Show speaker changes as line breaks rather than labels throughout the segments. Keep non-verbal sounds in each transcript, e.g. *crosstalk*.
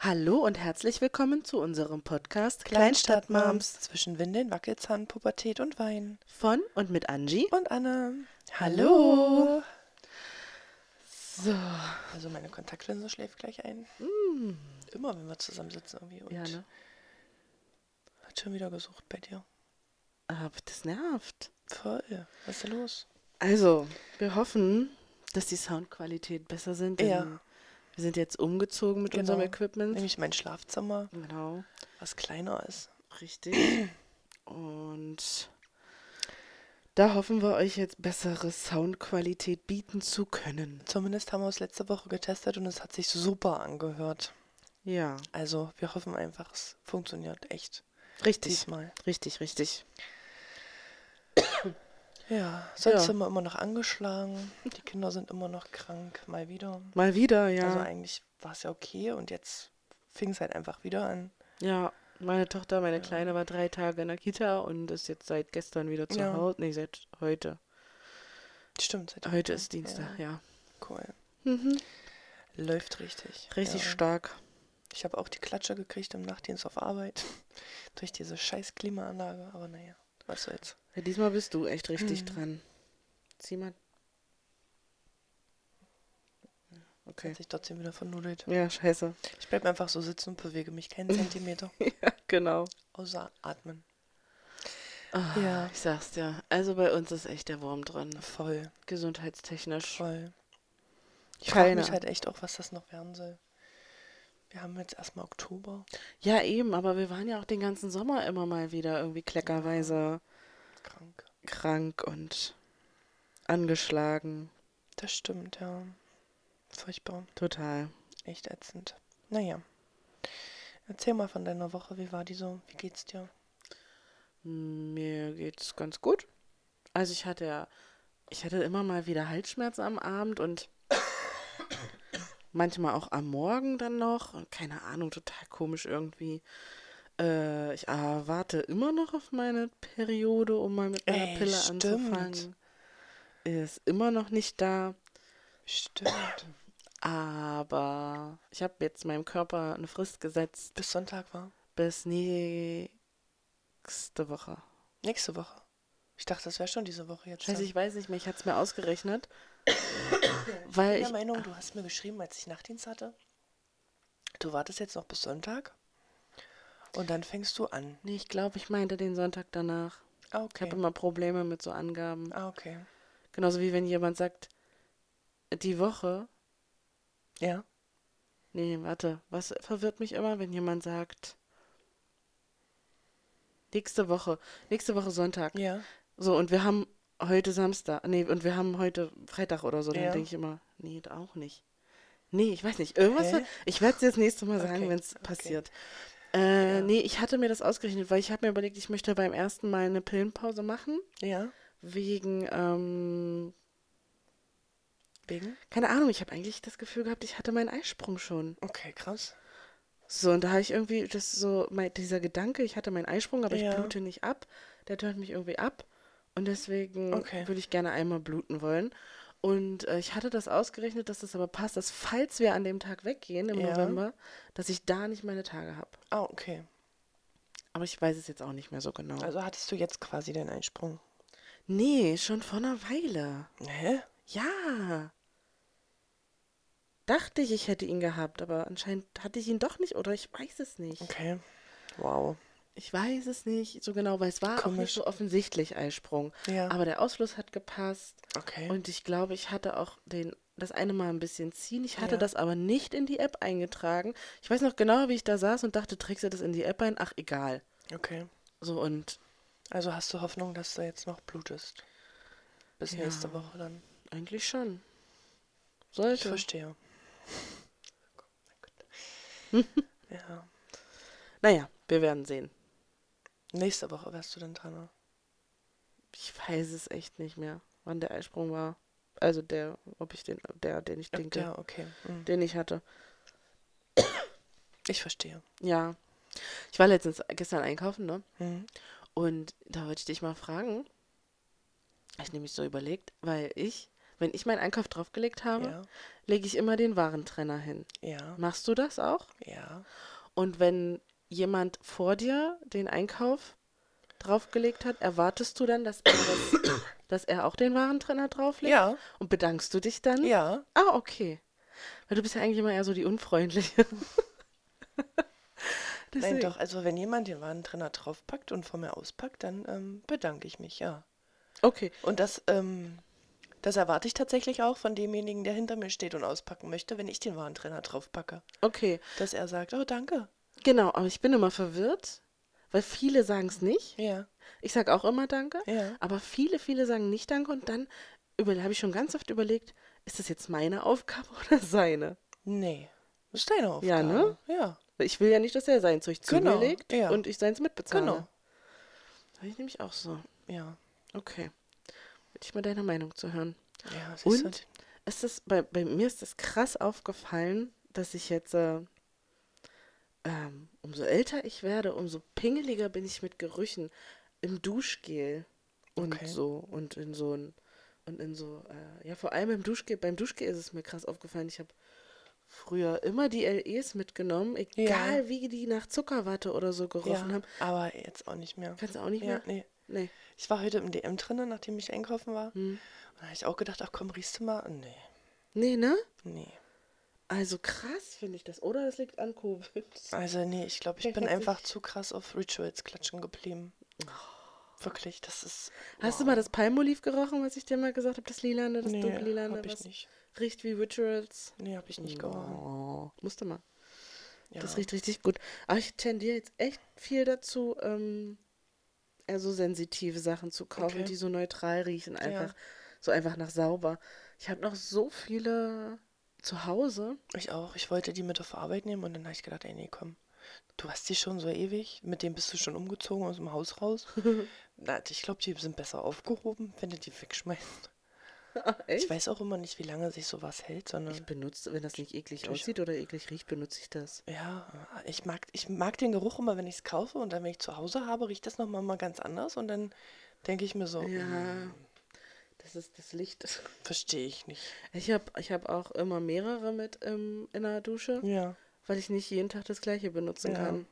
Hallo und herzlich willkommen zu unserem Podcast
Kleinstadtmoms zwischen Windeln, Wackelzahn, Pubertät und Wein.
von und mit Angie.
Und Anne.
Hallo. So,
Also meine Kontaktlinse schläft gleich ein. Immer wenn wir zusammensitzen irgendwie. Und
Hm. ja, ne?
hat schon wieder gesucht bei dir.
Ah, Aber das nervt.
Voll. Was ist da los?
Also, wir hoffen, dass die Soundqualität besser sind. denn
Ja. Genau.
Wir sind jetzt umgezogen mit unserem Equipment.
Nämlich mein Schlafzimmer,
Genau,
was kleiner ist.
richtig. Und da hoffen wir euch jetzt bessere Soundqualität bieten zu können.
Zumindest haben wir es letzte Woche getestet und es hat sich super angehört.
Ja,
Also wir hoffen einfach, es funktioniert echt.
richtig.
Diesmal.
Richtig, richtig.
Ja, sonst
Ja.
sind wir immer noch angeschlagen. Die Kinder sind immer noch krank, mal wieder.
Mal wieder, ja.
Also eigentlich war es ja okay und jetzt fing es halt einfach wieder an.
Ja, meine Tochter, meine Kleine war drei Tage in der Kita und ist jetzt seit gestern wieder zu
Ja.
Hause. Nee, seit heute.
Stimmt, seit
Heute ist Dienstag,
Ja,
ja.
cool.
Mhm.
Läuft richtig.
Richtig
ja.
stark.
Ich habe auch die Klatsche gekriegt im Nachtdienst auf Arbeit. *laughs* Durch diese scheiß Klimaanlage, aber naja, was soll's.
Ja, diesmal bist du echt richtig
Mhm.
dran. Zieh mal. Ja,
Okay.
Okay.
Hat sich trotzdem wieder vernudelt.
Ja, scheiße. *laughs*
Ich bleibe einfach so sitzen und bewege mich keinen Zentimeter.
ja, genau.
Außer atmen.
Ah,
Ja.
Ich sag's dir. Also bei uns ist echt der Wurm drin.
Voll,
Gesundheitstechnisch.
voll. Ich frage mich
Keiner.
halt echt auch, was das noch werden soll. Wir haben jetzt erstmal Oktober.
Ja, eben, aber wir waren ja auch den ganzen Sommer immer mal wieder irgendwie kleckerweise
Krank.
krank und angeschlagen.
Das stimmt, ja. Furchtbar.
Total.
Echt ätzend. Naja. Erzähl mal von deiner Woche. Wie war die so? Wie geht's dir?
Mir geht's ganz gut. Also ich hatte ja, ich hatte immer mal wieder Halsschmerzen am Abend und *coughs* manchmal auch am Morgen dann noch. Keine Ahnung, total komisch irgendwie. Äh, ich äh, warte immer noch auf meine Periode, um mal mit einer
Ey,
Pille
stimmt.
anzufangen. Ist immer noch nicht da,
Stimmt.
aber ich habe jetzt meinem Körper eine Frist gesetzt
Bis Sonntag war.
bis nächste Woche.
Nächste Woche. Ich dachte, das wäre schon diese Woche jetzt.
Scheiße,
dann.
Also ich weiß nicht mehr, ich hatte es mir ausgerechnet. weil
bin
ich.
der Meinung, du hast mir geschrieben, als ich Nachtdienst hatte. Du wartest jetzt noch bis Sonntag. Und dann fängst du an.
Nee, ich glaube, ich meinte den Sonntag danach.
Ah,
Ich habe
okay.
immer Probleme mit so Angaben.
Ah, okay.
Genauso wie wenn jemand sagt, die Woche.
Ja.
Nee, warte, was verwirrt mich immer, wenn jemand sagt. Nächste Woche. Nächste Woche Sonntag.
Ja.
So, und wir haben heute Samstag. Nee, und wir haben heute Freitag oder so. Dann
Ja.
denke ich immer, nee, auch nicht. Nee, ich weiß nicht. Irgendwas.
Hä?
Ich werde es dir das nächste Mal sagen,
Okay,
wenn es
okay.
passiert. Äh,
Ja.
Nee, ich hatte mir das ausgerechnet, weil ich habe mir überlegt, ich möchte beim ersten Mal eine Pillenpause machen.
Ja.
Wegen, ähm,
Wegen?
keine Ahnung, ich habe eigentlich das Gefühl gehabt, ich hatte meinen Eisprung schon.
Okay, krass.
So, und da habe ich irgendwie, das so, mein, dieser Gedanke, ich hatte meinen Eisprung, aber ich
Ja.
blute nicht ab, der tönt mich irgendwie ab. Und deswegen
Okay.
würde ich gerne einmal bluten wollen. Und äh, ich hatte das ausgerechnet, dass das aber passt, dass falls wir an dem Tag weggehen im
Ja.
November, dass ich da nicht meine Tage habe.
Ah, okay.
Aber ich weiß es jetzt auch nicht mehr so genau.
Also hattest du jetzt quasi deinen Einsprung.
Nee, schon vor einer Weile.
Hä?
Ja. Dachte ich, ich hätte ihn gehabt, aber anscheinend hatte ich ihn doch nicht, oder ich weiß es nicht.
Okay. Wow.
Ich weiß es nicht so genau, weil es war auch nicht
Komisch.
so offensichtlich Eisprung.
Ja.
Aber der Ausfluss hat gepasst
okay.
und ich glaube, ich hatte auch den, das eine Mal ein bisschen ziehen. Ich hatte
Ja.
das aber nicht in die App eingetragen. Ich weiß noch genau, wie ich da saß und dachte, trägst du das in die App ein? Ach, egal.
okay.
So, und
Also hast du Hoffnung, dass du jetzt noch blutest? Bis
Ja.
nächste Woche dann.
eigentlich schon.
Ich
Sollte. *laughs*
verstehe. ja.
Naja, wir werden sehen.
Nächste Woche wärst du dann dran. ne?
Ich weiß es echt nicht mehr, wann der Eisprung war. Also der, ob ich den, der, den ich denke,
Ja, okay. Mhm.
den ich hatte.
Ich verstehe.
Ja. Ich war letztens, gestern einkaufen, ne?
Mhm.
Und da wollte ich dich mal fragen. Ich nämlich so überlegt, weil ich, wenn ich meinen Einkauf draufgelegt habe,
Ja.
lege ich immer den Warentrenner hin.
Ja,
Machst du das auch?
ja.
Und wenn jemand vor dir den Einkauf draufgelegt hat, erwartest du dann, dass er,
*coughs*
das, dass er auch den Warentrenner drauflegt?
Ja.
Und bedankst du dich dann?
Ja,
Ah, okay. Weil du bist ja eigentlich immer eher so die Unfreundliche.
*laughs* nein,
Deswegen-
doch. Also, wenn jemand den Warentrenner draufpackt und von mir auspackt, dann ähm, bedanke ich mich, ja.
Okay.
Und das, ähm, das erwarte ich tatsächlich auch von demjenigen, der hinter mir steht und auspacken möchte, wenn ich den Warentrenner draufpacke.
Okay.
Dass er sagt, oh, danke.
Genau, aber ich bin immer verwirrt, weil viele sagen es nicht.
Ja,
Ich sage auch immer Danke,
Ja.
aber viele, viele sagen nicht Danke und dann über- habe ich schon ganz oft überlegt, ist das jetzt meine Aufgabe *laughs* oder seine?
nee. Das ist deine Aufgabe.
Ja, ne?
Ja,
Weil Ich will ja nicht, dass er sein Zeug zu
Genau,
mir legt
ja.
und ich seins mitbezahle.
Genau.
Habe ich nämlich auch so.
ja.
Okay. Will ich mal deine Meinung zu hören.
Ja, siehst du?
Und es ist bei, bei mir ist es krass aufgefallen, dass ich jetzt, äh, ähm, umso älter ich werde, umso pingeliger bin ich mit Gerüchen im Duschgel und
Okay.
so und in so ein und in so, äh, ja, vor allem im Duschgel, beim Duschgel ist es mir krass aufgefallen. Ich habe früher immer die LEs mitgenommen, egal wie die nach Zuckerwatte oder so gerochen
Ja,
haben.
aber jetzt auch nicht mehr.
Kannst du auch nicht
Ja,
mehr?
nee.
Nee.
Ich war heute im DM drinnen, nachdem ich einkaufen war.
Hm.
Und da habe ich auch gedacht, ach komm, riechst du mal? Nee,
Nee, ne?
nee.
Also krass finde ich das. Oder es liegt an Covid.
Also nee, ich glaube, ich
Vielleicht
bin
hat sich-
einfach zu krass auf Rituals klatschen geblieben.
Oh.
Wirklich, das ist...
Hast du mal das Palmoliv gerochen, was ich dir mal gesagt habe? Das Lilane, das
nee,
dunkellilane,
hab ich
was
nicht.
riecht wie Rituals.
Nee, habe ich nicht gerochen.
Oh, musste mal.
Ja.
Das riecht richtig gut. Aber ich tendiere jetzt echt viel dazu, ähm, eher so sensitive Sachen zu kaufen,
Okay.
die so neutral riechen, einfach so einfach nach sauber. Ich habe noch so viele zu Hause.
Ich auch. Ich wollte die mit auf Arbeit nehmen und dann habe ich gedacht, ey, nee, komm. Du hast die schon so ewig. Mit dem bist du schon umgezogen aus dem Haus
*laughs*
raus. Na, ich glaube, die sind besser aufgehoben, wenn du die wegschmeißt. Ich
Echt?
weiß auch immer nicht, wie lange sich sowas hält, sondern.
Ich benutze, wenn das nicht eklig
Natürlich.
aussieht oder eklig riecht, benutze ich das.
ja, ich mag, ich mag den Geruch immer, wenn ich es kaufe und dann, wenn ich zu Hause habe, riecht das nochmal mal ganz anders und dann denke ich mir so, hm,
Ja, das ist das Licht. *laughs*
verstehe ich nicht.
Ich habe ich hab auch immer mehrere mit ähm, in der Dusche,
Ja,
weil ich nicht jeden Tag das gleiche benutzen
Ja.
kann.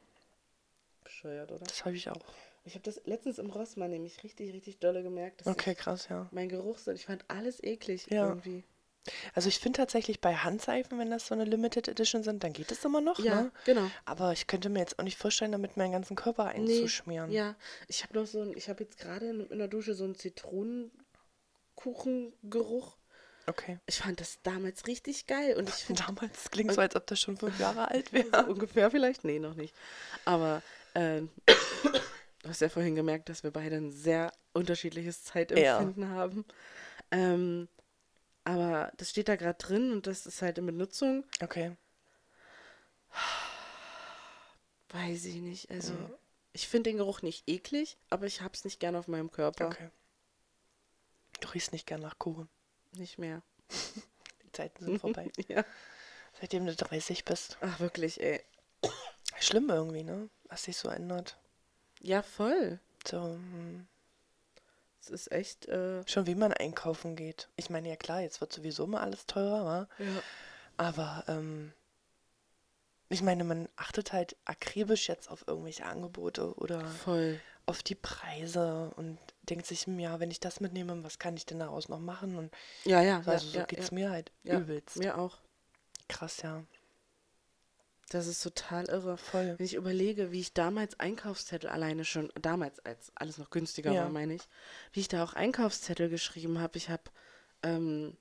Bescheuert, oder?
das habe ich auch.
Ich habe das letztens im Rossmann nämlich richtig, richtig dolle gemerkt, dass
Okay, krass, ja.
ich, mein Geruchssinn, ich fand alles eklig
Ja.
irgendwie.
Also ich finde tatsächlich bei Handseifen, wenn das so eine Limited Edition sind, dann geht es immer noch,
Ja,
ne?
genau.
Aber ich könnte mir jetzt auch nicht vorstellen, damit meinen ganzen Körper
Nee,
einzuschmieren.
Ja, ich habe noch so ein, ich habe jetzt gerade in, in der Dusche so einen Zitronenkuchengeruch. *laughs*
Okay.
Ich fand das damals richtig geil und ich finde
Damals klingt so, als ob das schon fünf Jahre alt wäre.
ungefähr vielleicht, nee, noch nicht. Aber ähm, du hast ja vorhin gemerkt, dass wir beide ein sehr unterschiedliches Zeitempfinden haben. Ähm, aber das steht da gerade drin und das ist halt in Benutzung.
Okay.
Weiß ich nicht. Also, ich finde den Geruch nicht eklig, aber ich hab's nicht gern auf meinem Körper.
Okay. Du riechst nicht gern nach Kuchen.
Nicht mehr.
Die
*laughs*
Zeiten sind vorbei.
Ja.
Seitdem du 30 bist.
Ach, wirklich, ey.
Schlimm irgendwie, ne? Was sich so ändert.
Ja, voll.
So, hm.
Es ist echt. Äh,
schon wie man einkaufen geht. Ich meine, ja klar, jetzt wird sowieso immer alles teurer, wa?
ja.
Aber ähm, ich meine, man achtet halt akribisch jetzt auf irgendwelche Angebote oder
Voll.
auf die Preise und denkt sich, hm, ja, wenn ich das mitnehme, was kann ich denn daraus noch machen? Und
Ja, ja. ja,
also so
ja,
geht's
ja,
mir halt
ja.
übelst.
Mir auch.
Krass, ja.
Das ist total irre.
Voll.
Wenn ich überlege, wie ich damals Einkaufszettel alleine schon, damals als alles noch günstiger
Ja.
war, meine ich, wie ich da auch Einkaufszettel geschrieben habe. Ich habe, ähm,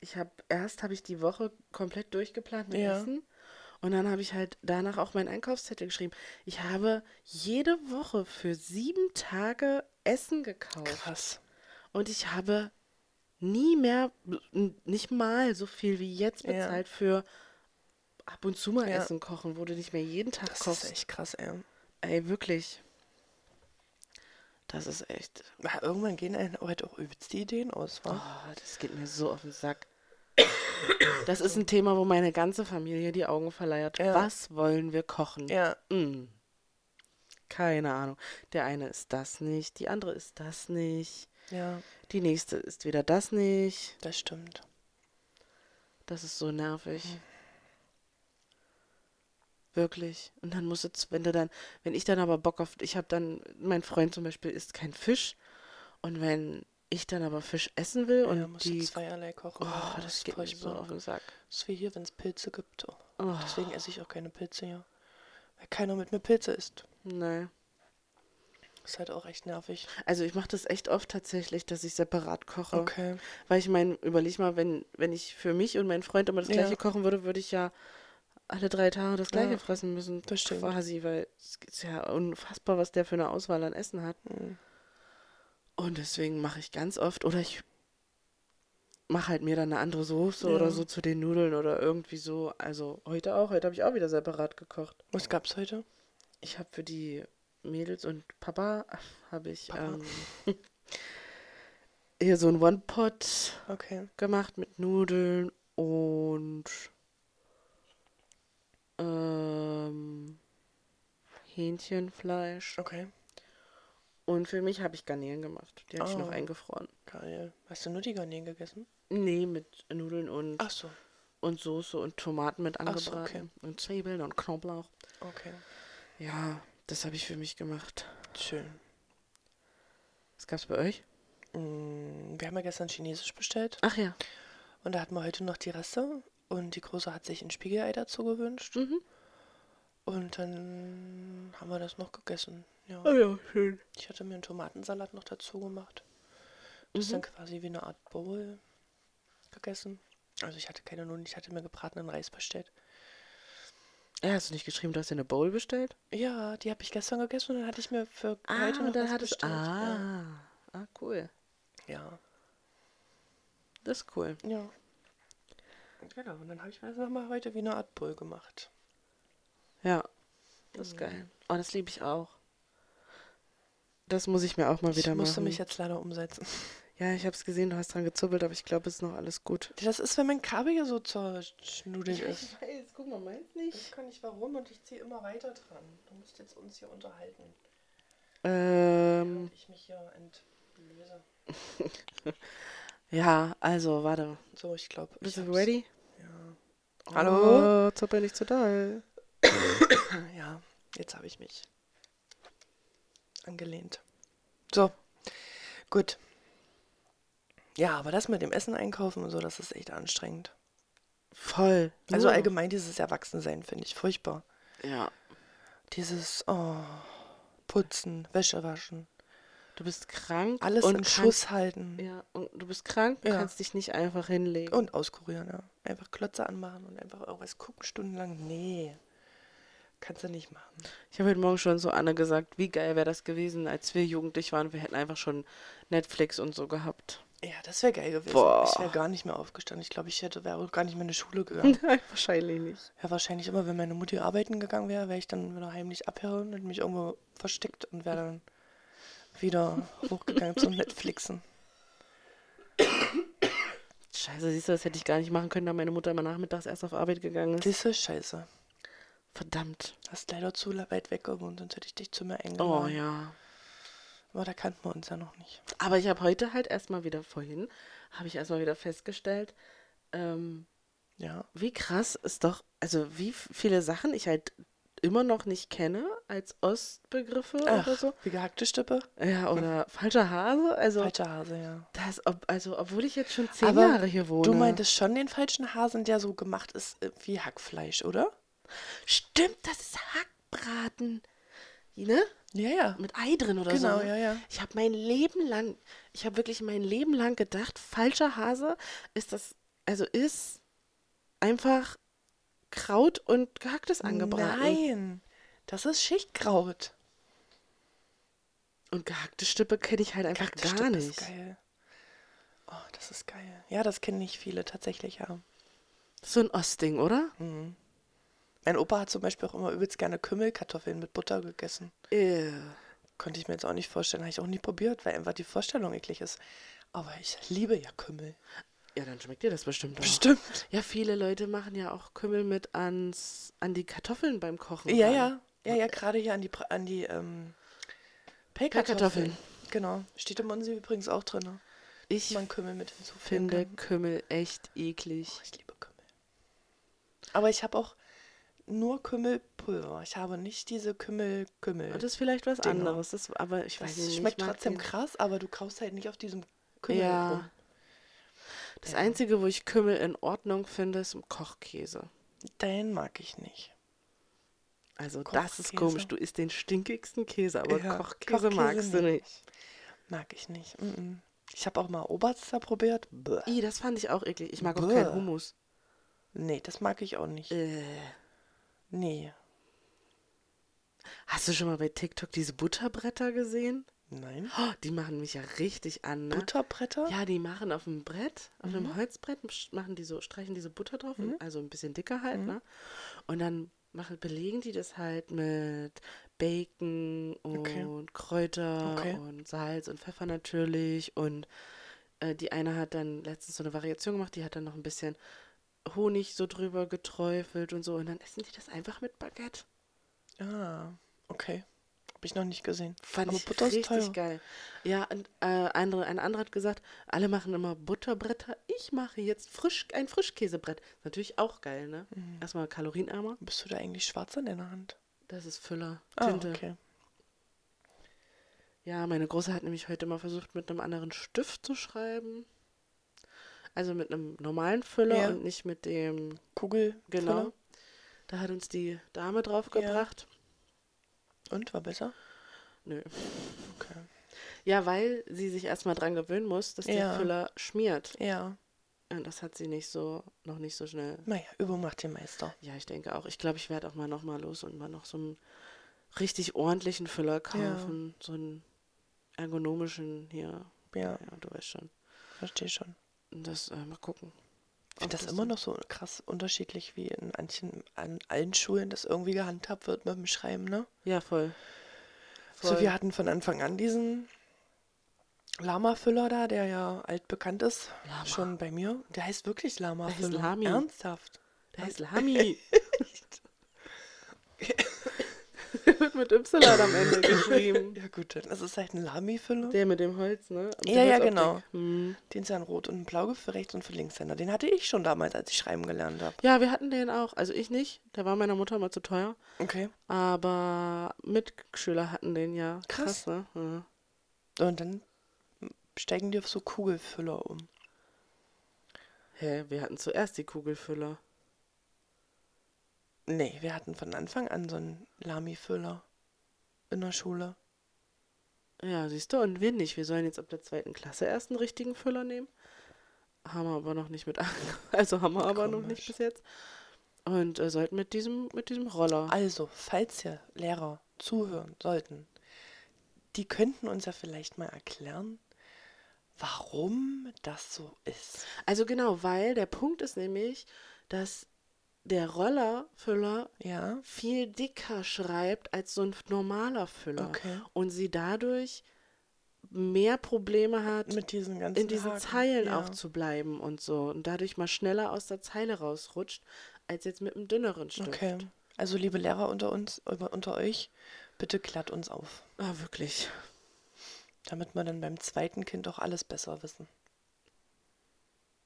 ich habe, erst habe ich die Woche komplett durchgeplant mit
Ja.
Essen und dann habe ich halt danach auch meinen Einkaufszettel geschrieben. Ich habe jede Woche für sieben Tage Essen gekauft
Krass.
und ich habe nie mehr, n- nicht mal so viel wie jetzt
Ja.
bezahlt für ab und zu mal
Ja.
Essen kochen, wo du nicht mehr jeden Tag
Das ist
kochst.
echt krass, ey.
Ey, wirklich. Das ist echt.
Ja, irgendwann gehen einem halt auch übelst die Ideen aus,
Oh,
wa?
das geht mir so auf den Sack. Das ist ein Thema, wo meine ganze Familie die Augen verleiert.
Ja.
Was wollen wir kochen?
Ja.
Mm. Keine Ahnung. Der eine ist das nicht, die andere ist das nicht,
Ja,
die nächste ist wieder das nicht.
das stimmt.
Das ist so nervig. Wirklich. Und dann muss jetzt, wenn du dann, wenn ich dann aber Bock auf, ich habe dann, mein Freund zum Beispiel isst kein Fisch. Und wenn ich dann aber Fisch essen will und
ja, musst du
die,
zweierlei kochen.
oh,
Ja,
das,
ist
geht mir so
furchtbar.
auf den Sack.
Das ist wie hier, wenn es Pilze gibt. Oh.
Oh.
Deswegen esse ich auch keine Pilze hier. Weil keiner mit mir Pilze isst.
Nee.
Ist halt auch echt nervig.
Also ich mache das echt oft tatsächlich, dass ich separat koche.
Okay.
Weil ich meine, überleg mal, wenn, wenn ich für mich und meinen Freund immer das
Ja.
gleiche kochen würde, würde ich ja alle drei Tage das gleiche
Ja,
fressen müssen.
das stimmt.
Quasi, weil es ist ja unfassbar, was der für eine Auswahl an Essen hat.
Mhm.
Und deswegen mache ich ganz oft, oder ich mache halt mir dann eine andere Soße
Ja.
oder so zu den Nudeln oder irgendwie so. Also heute auch, heute habe ich auch wieder separat gekocht.
Was gab's heute?
Ich habe für die Mädels und Papa *laughs* habe ich
Papa.
Ähm, *laughs* hier so ein One-Pot
Okay.
gemacht mit Nudeln und ähm, Hähnchenfleisch.
Okay.
Und für mich habe ich Garnelen gemacht. Die habe ich noch
Oh.
eingefroren.
Geil. Hast du nur die Garnelen gegessen?
Nee, mit Nudeln und,
Ach so.
und Soße und Tomaten mit
Ah. Ach so,
angebraten.
okay.
Und Zwiebeln und Knoblauch.
Okay.
Ja, das habe ich für mich gemacht.
Schön.
Was gab's bei euch?
Mm, Wir haben ja gestern Chinesisch bestellt.
Ach ja.
Und da hatten wir heute noch die Reste. Und die Große hat sich ein Spiegelei dazu gewünscht.
Mhm.
Und dann haben wir das noch gegessen. Ja.
Oh ja, schön.
Ich hatte mir einen Tomatensalat noch dazu gemacht. Das
Mhm.
ist dann quasi wie eine Art Bowl gegessen. Also ich hatte keine Nudeln, ich hatte mir gebratenen Reis bestellt.
Ja, hast du nicht geschrieben, du hast dir eine Bowl bestellt?
Ja, die habe ich gestern gegessen und dann hatte ich mir für heute
und
noch
dann
was
hattest
bestellt.
Ah. ah, cool.
Ja.
Das ist cool.
ja. Ja. Genau, und dann habe ich mir das nochmal heute wie eine Art Bowl gemacht.
Ja, das ist geil. Oh, das liebe ich auch. Das muss ich mir auch mal
Ich
wieder
musste
machen.
mich jetzt leider umsetzen.
ja, ich habe es gesehen, du hast dran gezuppelt, aber ich glaube, es ist noch alles gut.
Das ist, wenn mein Kabel hier so zerschnudelt ist.
weiß, guck mal, meins nicht.
Ich kann nicht warum und ich ziehe immer weiter dran. Du musst jetzt uns hier unterhalten.
Ähm,
ich mich hier entlöse.
ja, also, warte.
So, ich glaube.
Bist du ready?
Ja. Hallo?
Oh, zuppel nicht zu doll.
Ah Ja, jetzt habe ich mich angelehnt. So, gut. Ja, aber das mit dem Essen einkaufen und so, das ist echt anstrengend.
Voll.
Also
Ja.
allgemein dieses Erwachsensein finde ich furchtbar.
Ja,
Dieses oh, Putzen, Wäsche waschen,
du bist krank.
alles
und
in
kannst-
Schuss halten
Ja, und du bist krank, du
Ja.
kannst dich nicht einfach hinlegen.
und auskurieren. Ja. Einfach Klötze anmachen und einfach irgendwas gucken stundenlang. Nee, kannst du nicht machen.
Ich habe heute Morgen schon so Anne gesagt, wie geil wäre das gewesen, als wir jugendlich waren. Wir hätten einfach schon Netflix und so gehabt.
Ja, das wäre geil gewesen.
Boah.
Ich wäre gar nicht mehr aufgestanden. Ich glaube, ich hätte wäre gar nicht mehr in die Schule
*laughs*
gegangen.
Wahrscheinlich nicht.
Ja, wahrscheinlich immer, wenn meine Mutti arbeiten gegangen wäre, wäre ich dann wieder heimlich abgehauen und mich irgendwo versteckt und wäre dann wieder hochgegangen zum Netflixen.
Scheiße, siehst du, das hätte ich gar nicht machen können, da meine Mutter immer nachmittags erst auf Arbeit gegangen ist.
Diese Scheiße.
Verdammt.
Hast leider zu weit weg gewohnt, sonst hätte ich dich zu mir
Oh
eingeladen.
ja.
Aber da kannten wir uns ja noch nicht.
Aber ich habe heute halt erstmal wieder vorhin, habe ich erstmal wieder festgestellt, ähm,
Ja.
wie krass ist doch, also wie f- viele Sachen ich halt immer noch nicht kenne als Ostbegriffe
Ach,
oder so.
wie gehackte Stippe?
Ja, *laughs* oder falscher Hase. Also,
Falscher Hase, ja.
Das, ob, also, obwohl ich jetzt schon zehn
Aber
Jahre hier wohne.
Du meintest schon den falschen Hasen, der so gemacht ist äh, wie Hackfleisch, oder?
Stimmt, das ist Hackbraten. Ne?
Ja, ja.
Mit Ei drin oder so.
Genau,
ne?
ja, ja.
Ich habe mein Leben lang, ich habe wirklich mein Leben lang gedacht, falscher Hase ist das, also ist einfach Kraut und Gehacktes angebraten.
Nein, das ist Schichtkraut.
Und gehackte Stippe kenne ich halt einfach
Gehackte
gar
Stippe
nicht.
Ist geil. Oh, das ist geil. Ja, das kennen nicht viele tatsächlich, ja.
So ein Ostding, oder?
Mein Opa hat zum Beispiel auch immer übelst gerne Kümmelkartoffeln mit Butter gegessen.
Ew.
Konnte ich mir jetzt auch nicht vorstellen, habe ich auch nie probiert, weil einfach die Vorstellung eklig ist. Aber ich liebe ja Kümmel.
Ja, dann schmeckt dir das *laughs* bestimmt auch.
Bestimmt.
Ja, viele Leute machen ja auch Kümmel mit ans, an die Kartoffeln beim Kochen.
Ja,
rein.
ja. Ja, ja, gerade hier an die, Pra- an die ähm, Pellkartoffeln.
Pellkartoffeln.
Genau. Steht im Unsee übrigens auch drin.
Ich
Man Kümmel mit hinzufügen.
finde
kann.
Oh, Kümmel echt eklig.
Ich liebe Kümmel. Aber ich habe auch nur Kümmelpulver. Ich habe nicht diese Kümmel-Kümmel.
Oh, Das ist vielleicht was
Dinger.
anderes. Genau. Das, aber ich weiß
Das
nicht.
schmeckt
ich mag
trotzdem
den-
krass, aber du kaufst halt nicht auf diesem Kümmel
Ja.
rum.
Das Einzige, wo ich Kümmel in Ordnung finde, ist im Kochkäse.
Den mag ich nicht.
Also das ist
Kochkäse.
komisch. Du isst den stinkigsten Käse, aber
Ja,
Kochkäse, magst du nicht.
Mag ich nicht. Mm -mm. Ich habe auch mal Oberster probiert. Bäh.
I, das fand ich auch eklig. Ich mag auch
Bäh.
keinen Hummus.
Nee, das mag ich auch nicht.
Äh.
Nee.
Hast du schon mal bei TikTok diese Butterbretter gesehen?
Nein.
Oh, die machen mich ja richtig an, ne?
Butterbretter?
Ja, die machen auf dem Brett, auf
Mhm.
einem Holzbrett, sch- machen die so, streichen diese Butter drauf, also ein bisschen dicker
Mhm.
halt, ne? Und dann machen, belegen die das halt mit Bacon und
Okay.
Kräuter
Okay.
und Salz und Pfeffer natürlich. Und äh, die eine hat dann letztens so eine Variation gemacht, die hat dann noch ein bisschen Honig so drüber geträufelt und so. Und dann essen die das einfach mit Baguette.
Ah, okay. Habe ich noch nicht gesehen.
Fand
Aber
ich
Butter ist
richtig
teuer.
geil. Ja, und äh, andere, ein anderer hat gesagt, alle machen immer Butterbretter. Ich mache jetzt frisch, ein Frischkäsebrett. Natürlich auch geil, ne?
Mhm.
Erstmal kalorienärmer.
Bist du da eigentlich schwarz an deiner Hand?
Das ist Füller,
Ah,
Tinte.
okay.
Ja, meine Große hat nämlich heute mal versucht, mit einem anderen Stift zu schreiben. Also mit einem normalen Füller
Ja.
und nicht mit dem,
Kugel.
genau.
Füller.
Da hat uns die Dame draufgebracht.
Und war besser?
Nö.
Okay.
Ja, weil sie sich erstmal dran gewöhnen muss, dass der
Ja.
Füller schmiert.
Ja.
Und das hat sie nicht so, noch nicht so schnell
Naja, Übung macht den Meister.
Ja, ich denke auch. Ich glaube, ich werde auch mal noch mal los und mal noch so einen richtig ordentlichen Füller kaufen. So einen ergonomischen hier.
Ja,
Ja, du weißt schon.
verstehe schon.
Und Das, äh, mal gucken.
Ich finde
Ob
das immer noch so krass unterschiedlich, wie in manchen, an allen Schulen das irgendwie gehandhabt wird mit dem Schreiben, ne?
Ja, voll.
So, wir hatten von Anfang an diesen Lama-Füller da, der ja altbekannt ist,
Lama.
schon bei mir. Der heißt wirklich Lama-Füller.
Der heißt Lami.
Ernsthaft.
Der *laughs* heißt Lami. Der wird mit Y am Ende geschrieben.
Ja gut, dann ist es halt ein Lami-Füller.
Der mit dem Holz, ne? Mit der
Ja, ja,
Holzoptik.
genau.
Hm.
Den ist ja in Rot und in Blau für Rechts- und für Linkshänder. Den hatte ich schon damals, als ich schreiben gelernt habe.
Ja, wir hatten den auch. Also ich nicht. Der war meiner Mutter mal zu teuer.
Okay.
Aber Mitschüler hatten den ja.
Krass.
ne? Ja.
Und dann steigen die auf so Kugelfüller um.
Hä, wir hatten zuerst die Kugelfüller.
Nee, wir hatten von Anfang an so einen Lami-Füller in der Schule.
Ja, siehst du, und wir nicht. Wir sollen jetzt ab der zweiten Klasse erst einen richtigen Füller nehmen. Haben wir aber noch nicht mit, *laughs* ange- also haben wir aber noch nicht
Komisch.
bis jetzt. Und äh, sollten mit diesem, mit diesem Roller.
Also, falls hier Lehrer zuhören sollten, die könnten uns ja vielleicht mal erklären, warum das so ist.
Also genau, weil der Punkt ist nämlich, dass der Rollerfüller
Ja,
viel dicker schreibt als so ein normaler Füller.
Okay.
Und sie dadurch mehr Probleme hat,
mit diesen ganzen
in diesen
Haken.
Zeilen
ja.
auch zu bleiben und so und dadurch mal schneller aus der Zeile rausrutscht, als jetzt mit einem dünneren Stift.
Okay. Also, liebe Lehrer unter uns, über- unter euch, bitte klärt uns auf,
Ah, wirklich.
damit wir dann beim zweiten Kind auch alles besser wissen.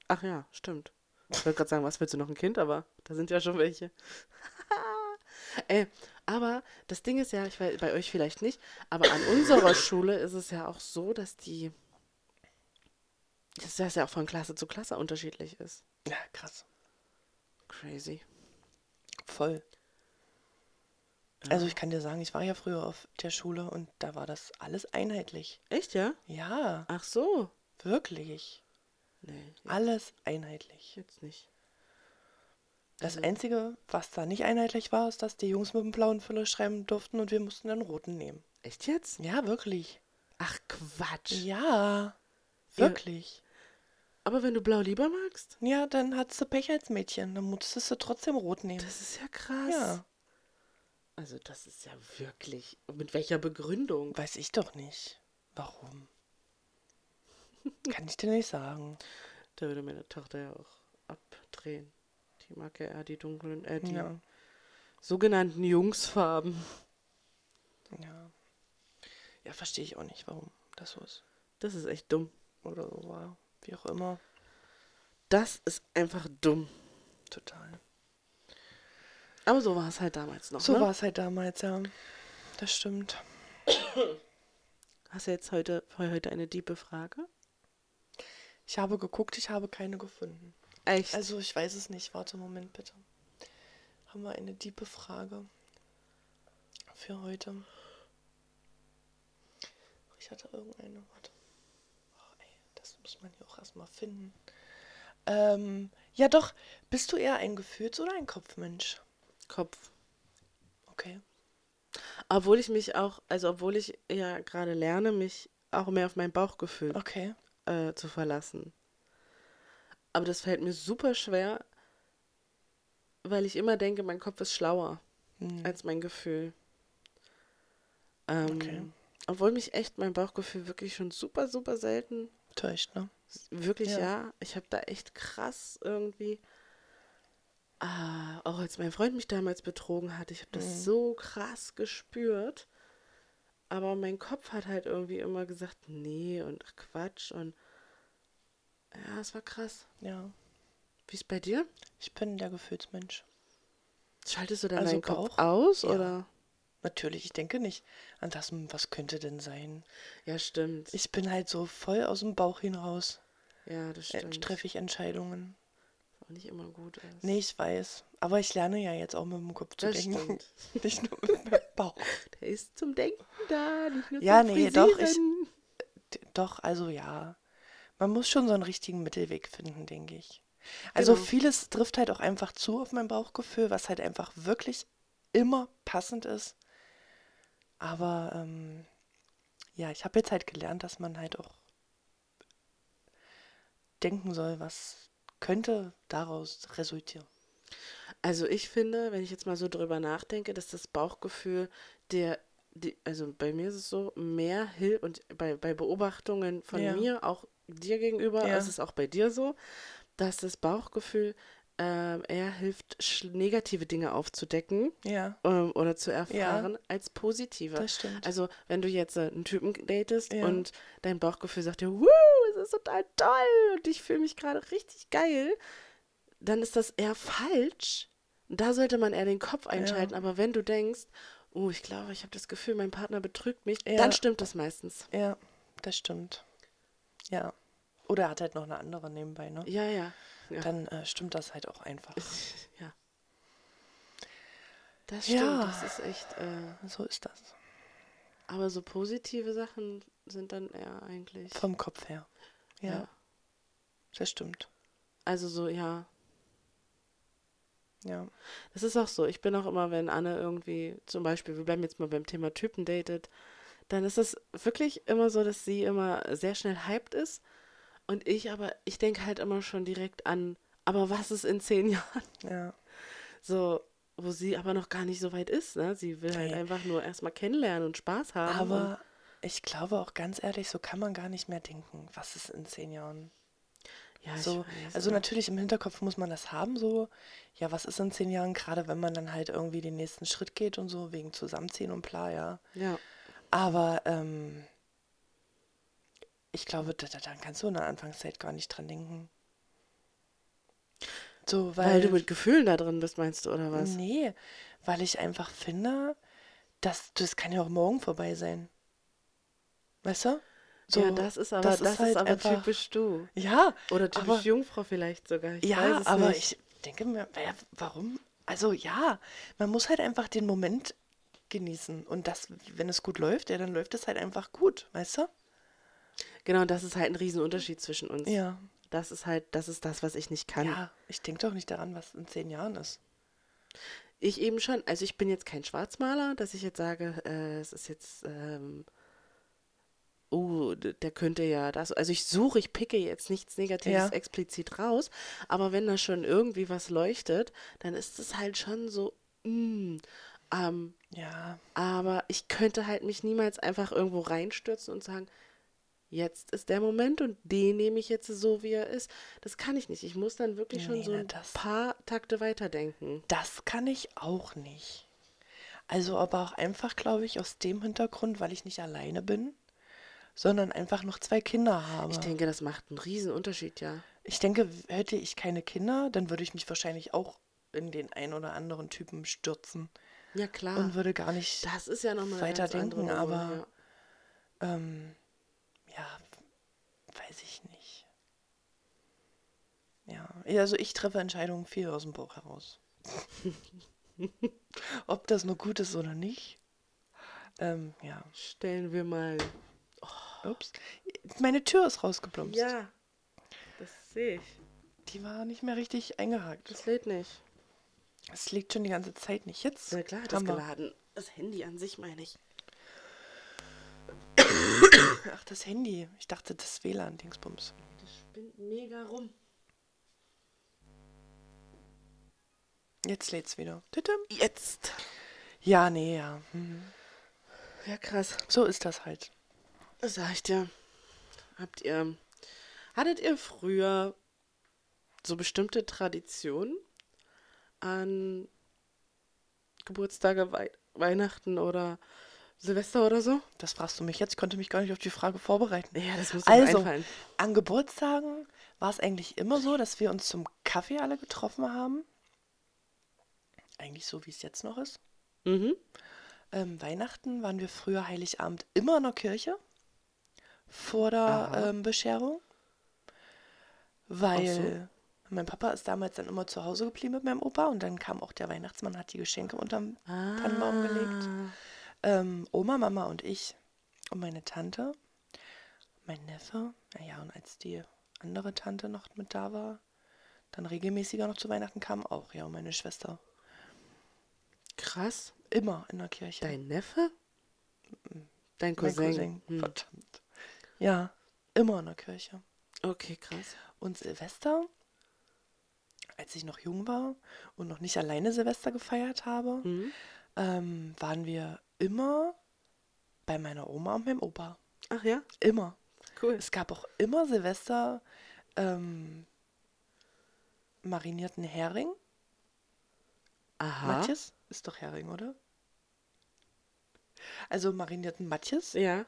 Ach ja, stimmt. Ich wollte gerade sagen, was willst du noch ein Kind, aber da sind ja schon welche. *laughs* Ey, aber das Ding ist ja, ich weiß, bei euch vielleicht nicht, aber an unserer
*laughs*
Schule ist es ja auch so, dass die, dass das ja auch von Klasse zu Klasse unterschiedlich ist.
Ja, krass.
Crazy.
Voll. Also, ich kann dir sagen, ich war ja früher auf der Schule und da war das alles einheitlich.
Echt, ja?
Ja,
Ach so.
wirklich.
Nee,
Alles einheitlich.
jetzt nicht.
Das Einzige, was da nicht einheitlich war, ist, dass die Jungs mit dem blauen Füller schreiben durften und wir mussten den roten nehmen.
Echt jetzt?
Ja, wirklich.
Ach Quatsch.
Ja, wirklich.
Aber wenn du blau lieber magst,
Ja, dann hattest du Pech als Mädchen. Dann musstest du trotzdem rot nehmen.
das ist ja krass.
Ja,
Also das ist ja wirklich. Mit welcher Begründung?
weiß ich doch nicht. Warum? Kann ich dir nicht sagen.
Da würde meine Tochter ja auch abdrehen. Die mag ja eher die dunklen, äh, die
Ja.
sogenannten Jungsfarben.
Ja, ja verstehe ich auch nicht, warum das so ist.
Das ist echt dumm.
Oder so war. Wie auch immer.
Das ist einfach dumm.
Total.
Aber so war es halt damals noch.
So
ne?
war es halt damals, ja. Das stimmt.
Hast du jetzt heute, für heute eine diebe Frage?
Ich habe geguckt, ich habe keine gefunden.
Echt?
Also ich weiß es nicht. Warte, Moment bitte. Haben wir eine diebe Frage für heute? Ich hatte irgendeine. Warte. Oh, ey, das muss man hier auch erstmal finden. Ähm, ja doch. Bist du eher ein Gefühls- oder ein Kopfmensch?
Kopf.
Okay.
Obwohl ich mich auch, also obwohl ich ja gerade lerne, mich auch mehr auf mein Bauchgefühl
Okay.
äh, zu verlassen. Aber das fällt mir super schwer, weil ich immer denke, mein Kopf ist schlauer
Hm.
als mein Gefühl. Ähm,
Okay.
Obwohl mich echt mein Bauchgefühl wirklich schon super, super selten,
Täuscht, ne?
wirklich
Ja.
ja, ich habe da echt krass irgendwie, ah, auch als mein Freund mich damals betrogen hat, ich habe das
Mhm.
so krass gespürt. Aber mein Kopf hat halt irgendwie immer gesagt, nee und ach, Quatsch und ja, es war krass.
Ja.
Wie ist bei dir?
Ich bin der Gefühlsmensch.
Schaltest du dann
Also
deinen Kopf
Bauch?
aus
Ja.
oder?
Natürlich, ich denke nicht an das, hm, was könnte denn sein.
Ja, stimmt.
Ich bin halt so voll aus dem Bauch hinaus.
ja, das
Äh,
stimmt.
treffe ich Entscheidungen.
Auch nicht immer gut ist.
Nee, ich weiß. Aber ich lerne ja jetzt auch mit dem Kopf zu
das
denken.
stimmt.
*laughs* Nicht nur mit dem Bauch.
Der ist zum Denken da, nicht nur
Ja,
zum
nee, doch, ich-
Frisieren.
D- Doch, also ja. Man muss schon so einen richtigen Mittelweg finden, denke ich. Also
Genau.
vieles trifft halt auch einfach zu auf mein Bauchgefühl, was halt einfach wirklich immer passend ist. Aber ähm, ja, ich habe jetzt halt gelernt, dass man halt auch denken soll, was könnte daraus resultieren.
Also ich finde, wenn ich jetzt mal so drüber nachdenke, dass das Bauchgefühl der, die, also bei mir ist es so, mehr hilft und bei, bei Beobachtungen von
Ja.
mir, auch dir gegenüber,
Ja.
ist es auch bei dir so, dass das Bauchgefühl ähm, eher hilft, sch- negative Dinge aufzudecken
Ja,
ähm, oder zu erfahren, als positive.
das stimmt.
Also, wenn du jetzt äh, einen Typen datest
Ja.
und dein Bauchgefühl sagt dir, "Wuh, es ist total toll und ich fühle mich gerade richtig geil, dann ist das eher falsch. Da sollte man eher den Kopf einschalten. Aber wenn du denkst, oh, ich glaube, ich habe das Gefühl, mein Partner betrügt mich,
Ja.
dann stimmt das meistens.
ja, das stimmt. Ja. Oder er hat halt noch eine andere nebenbei, ne?
Ja, ja. Ja,
Dann äh, stimmt das halt auch einfach.
ja. das stimmt.
Ja.
Das ist echt. Äh,
So ist das.
aber so positive Sachen sind dann eher eigentlich.
Vom Kopf her. Ja, das stimmt.
Also so, ja.
Ja.
Das ist auch so. Ich bin auch immer, wenn Anne irgendwie, zum Beispiel, wir bleiben jetzt mal beim Thema Typen datet, dann ist es wirklich immer so, dass sie immer sehr schnell hyped ist und ich aber, ich denke halt immer schon direkt an, aber was ist in zehn *laughs* Jahren?
Ja.
So, wo sie aber noch gar nicht so weit ist, ne? Sie will halt
Nee.
einfach nur erstmal kennenlernen und Spaß haben.
Aber ich glaube auch ganz ehrlich, so kann man gar nicht mehr denken, was ist in zehn Jahren.
und, ja,
So,
ich weiß,
also
aber-
natürlich im Hinterkopf muss man das haben, so, ja, was ist in zehn Jahren, gerade wenn man dann halt irgendwie den nächsten Schritt geht und so, wegen Zusammenziehen und bla, ja.
Ja,
Aber ähm, ich glaube, da, da, dann kannst du in der Anfangszeit gar nicht dran denken. So,
weil, du mit Gefühlen da drin bist, meinst du, oder was?
Nee, weil ich einfach finde, dass das kann ja auch morgen vorbei sein. Weißt du?
ja, das ist aber,
das
das,
ist
ist
halt
aber
einfach-
typisch du.
Ja,
Oder typisch
aber-
Jungfrau vielleicht sogar. Ich weiß
ja,
es
aber
nicht.
ich denke mir, wer- warum? Also ja, man muss halt einfach den Moment genießen und das, wenn es gut läuft, ja, dann läuft es halt einfach gut, weißt du?
Genau, und das ist halt ein Riesenunterschied zwischen uns.
Ja,
Das ist halt, das ist das, was ich nicht kann.
ja. Ich denke doch nicht daran, was in zehn Jahren ist.
Ich eben schon. Also ich bin jetzt kein Schwarzmaler, dass ich jetzt sage, äh, es ist jetzt, ähm, oh, d- der könnte ja das. Also ich suche, ich picke jetzt nichts Negatives
Ja.
explizit raus, aber wenn da schon irgendwie was leuchtet, dann ist es halt schon so, mm, ähm,
Ja,
aber ich könnte halt mich niemals einfach irgendwo reinstürzen und sagen, jetzt ist der Moment und den nehme ich jetzt so, wie er ist. Das kann ich nicht. Ich muss dann wirklich schon
Nee,
so
na,
ein
das-
paar Takte weiterdenken.
das kann ich auch nicht. Also aber auch einfach, glaube ich, aus dem Hintergrund, weil ich nicht alleine bin, sondern einfach noch zwei Kinder habe.
Ich denke, das macht einen riesen Unterschied, ja.
Ich denke, hätte ich keine Kinder, dann würde ich mich wahrscheinlich auch in den ein oder anderen Typen stürzen
Ja, klar.
und würde gar nicht
das ist ja nochmal
weiterdenken, aber ähm, ja, weiß ich nicht. Ja, ja, also ich treffe Entscheidungen viel aus dem Bauch heraus. Ob das nur gut ist oder nicht. Ähm, ja.
Stellen wir mal.
Ups. Meine Tür ist rausgeblumst.
Ja, das sehe ich.
Die war nicht mehr richtig eingehakt.
Das lädt nicht.
Es liegt schon die ganze Zeit nicht jetzt.
Na klar, hat das
haben wir-
geladen. Das Handy an sich meine ich.
Ach, das Handy. Ich dachte, das WLAN-Dingsbums.
Das spinnt mega rum.
Jetzt lädt's wieder. Tütüm.
Jetzt.
Ja, nee, ja. Mhm.
Ja, krass.
So ist das halt.
Das sag ich dir. Habt ihr. Hattet ihr früher so bestimmte Traditionen an Geburtstage, Wei Weihnachten oder Silvester oder so?
Das fragst du mich jetzt. Ich konnte mich gar nicht auf die Frage vorbereiten.
Ja, das muss also,
Also,
einfallen.
an Geburtstagen war es eigentlich immer so, dass wir uns zum Kaffee alle getroffen haben. Eigentlich so, wie es jetzt noch ist.
Mhm.
Ähm, Weihnachten waren wir früher Heiligabend immer in der Kirche vor der
Aha.
ähm, Bescherung, weil mein Papa ist damals dann immer zu Hause geblieben mit meinem Opa und dann kam auch der Weihnachtsmann, hat die Geschenke unterm Tannenbaum gelegt.
Ah.
Ähm, Oma, Mama und ich und meine Tante, mein Neffe, naja, und als die andere Tante noch mit da war, dann regelmäßiger noch zu Weihnachten kam, auch ja, und meine Schwester.
Krass.
Immer in der Kirche.
Dein Neffe? Dein Mhm.
Mein
Cousin. Hm.
Verdammt. Ja, immer in der Kirche.
Okay, krass.
Und Silvester, als ich noch jung war und noch nicht alleine Silvester gefeiert habe,
Mhm.
ähm, waren wir immer bei meiner Oma und meinem Opa.
Ach ja,
Immer.
cool.
Es gab auch immer Silvester ähm, marinierten Hering.
Aha.
Matjes ist doch Hering, oder? Also marinierten Matjes
Ja.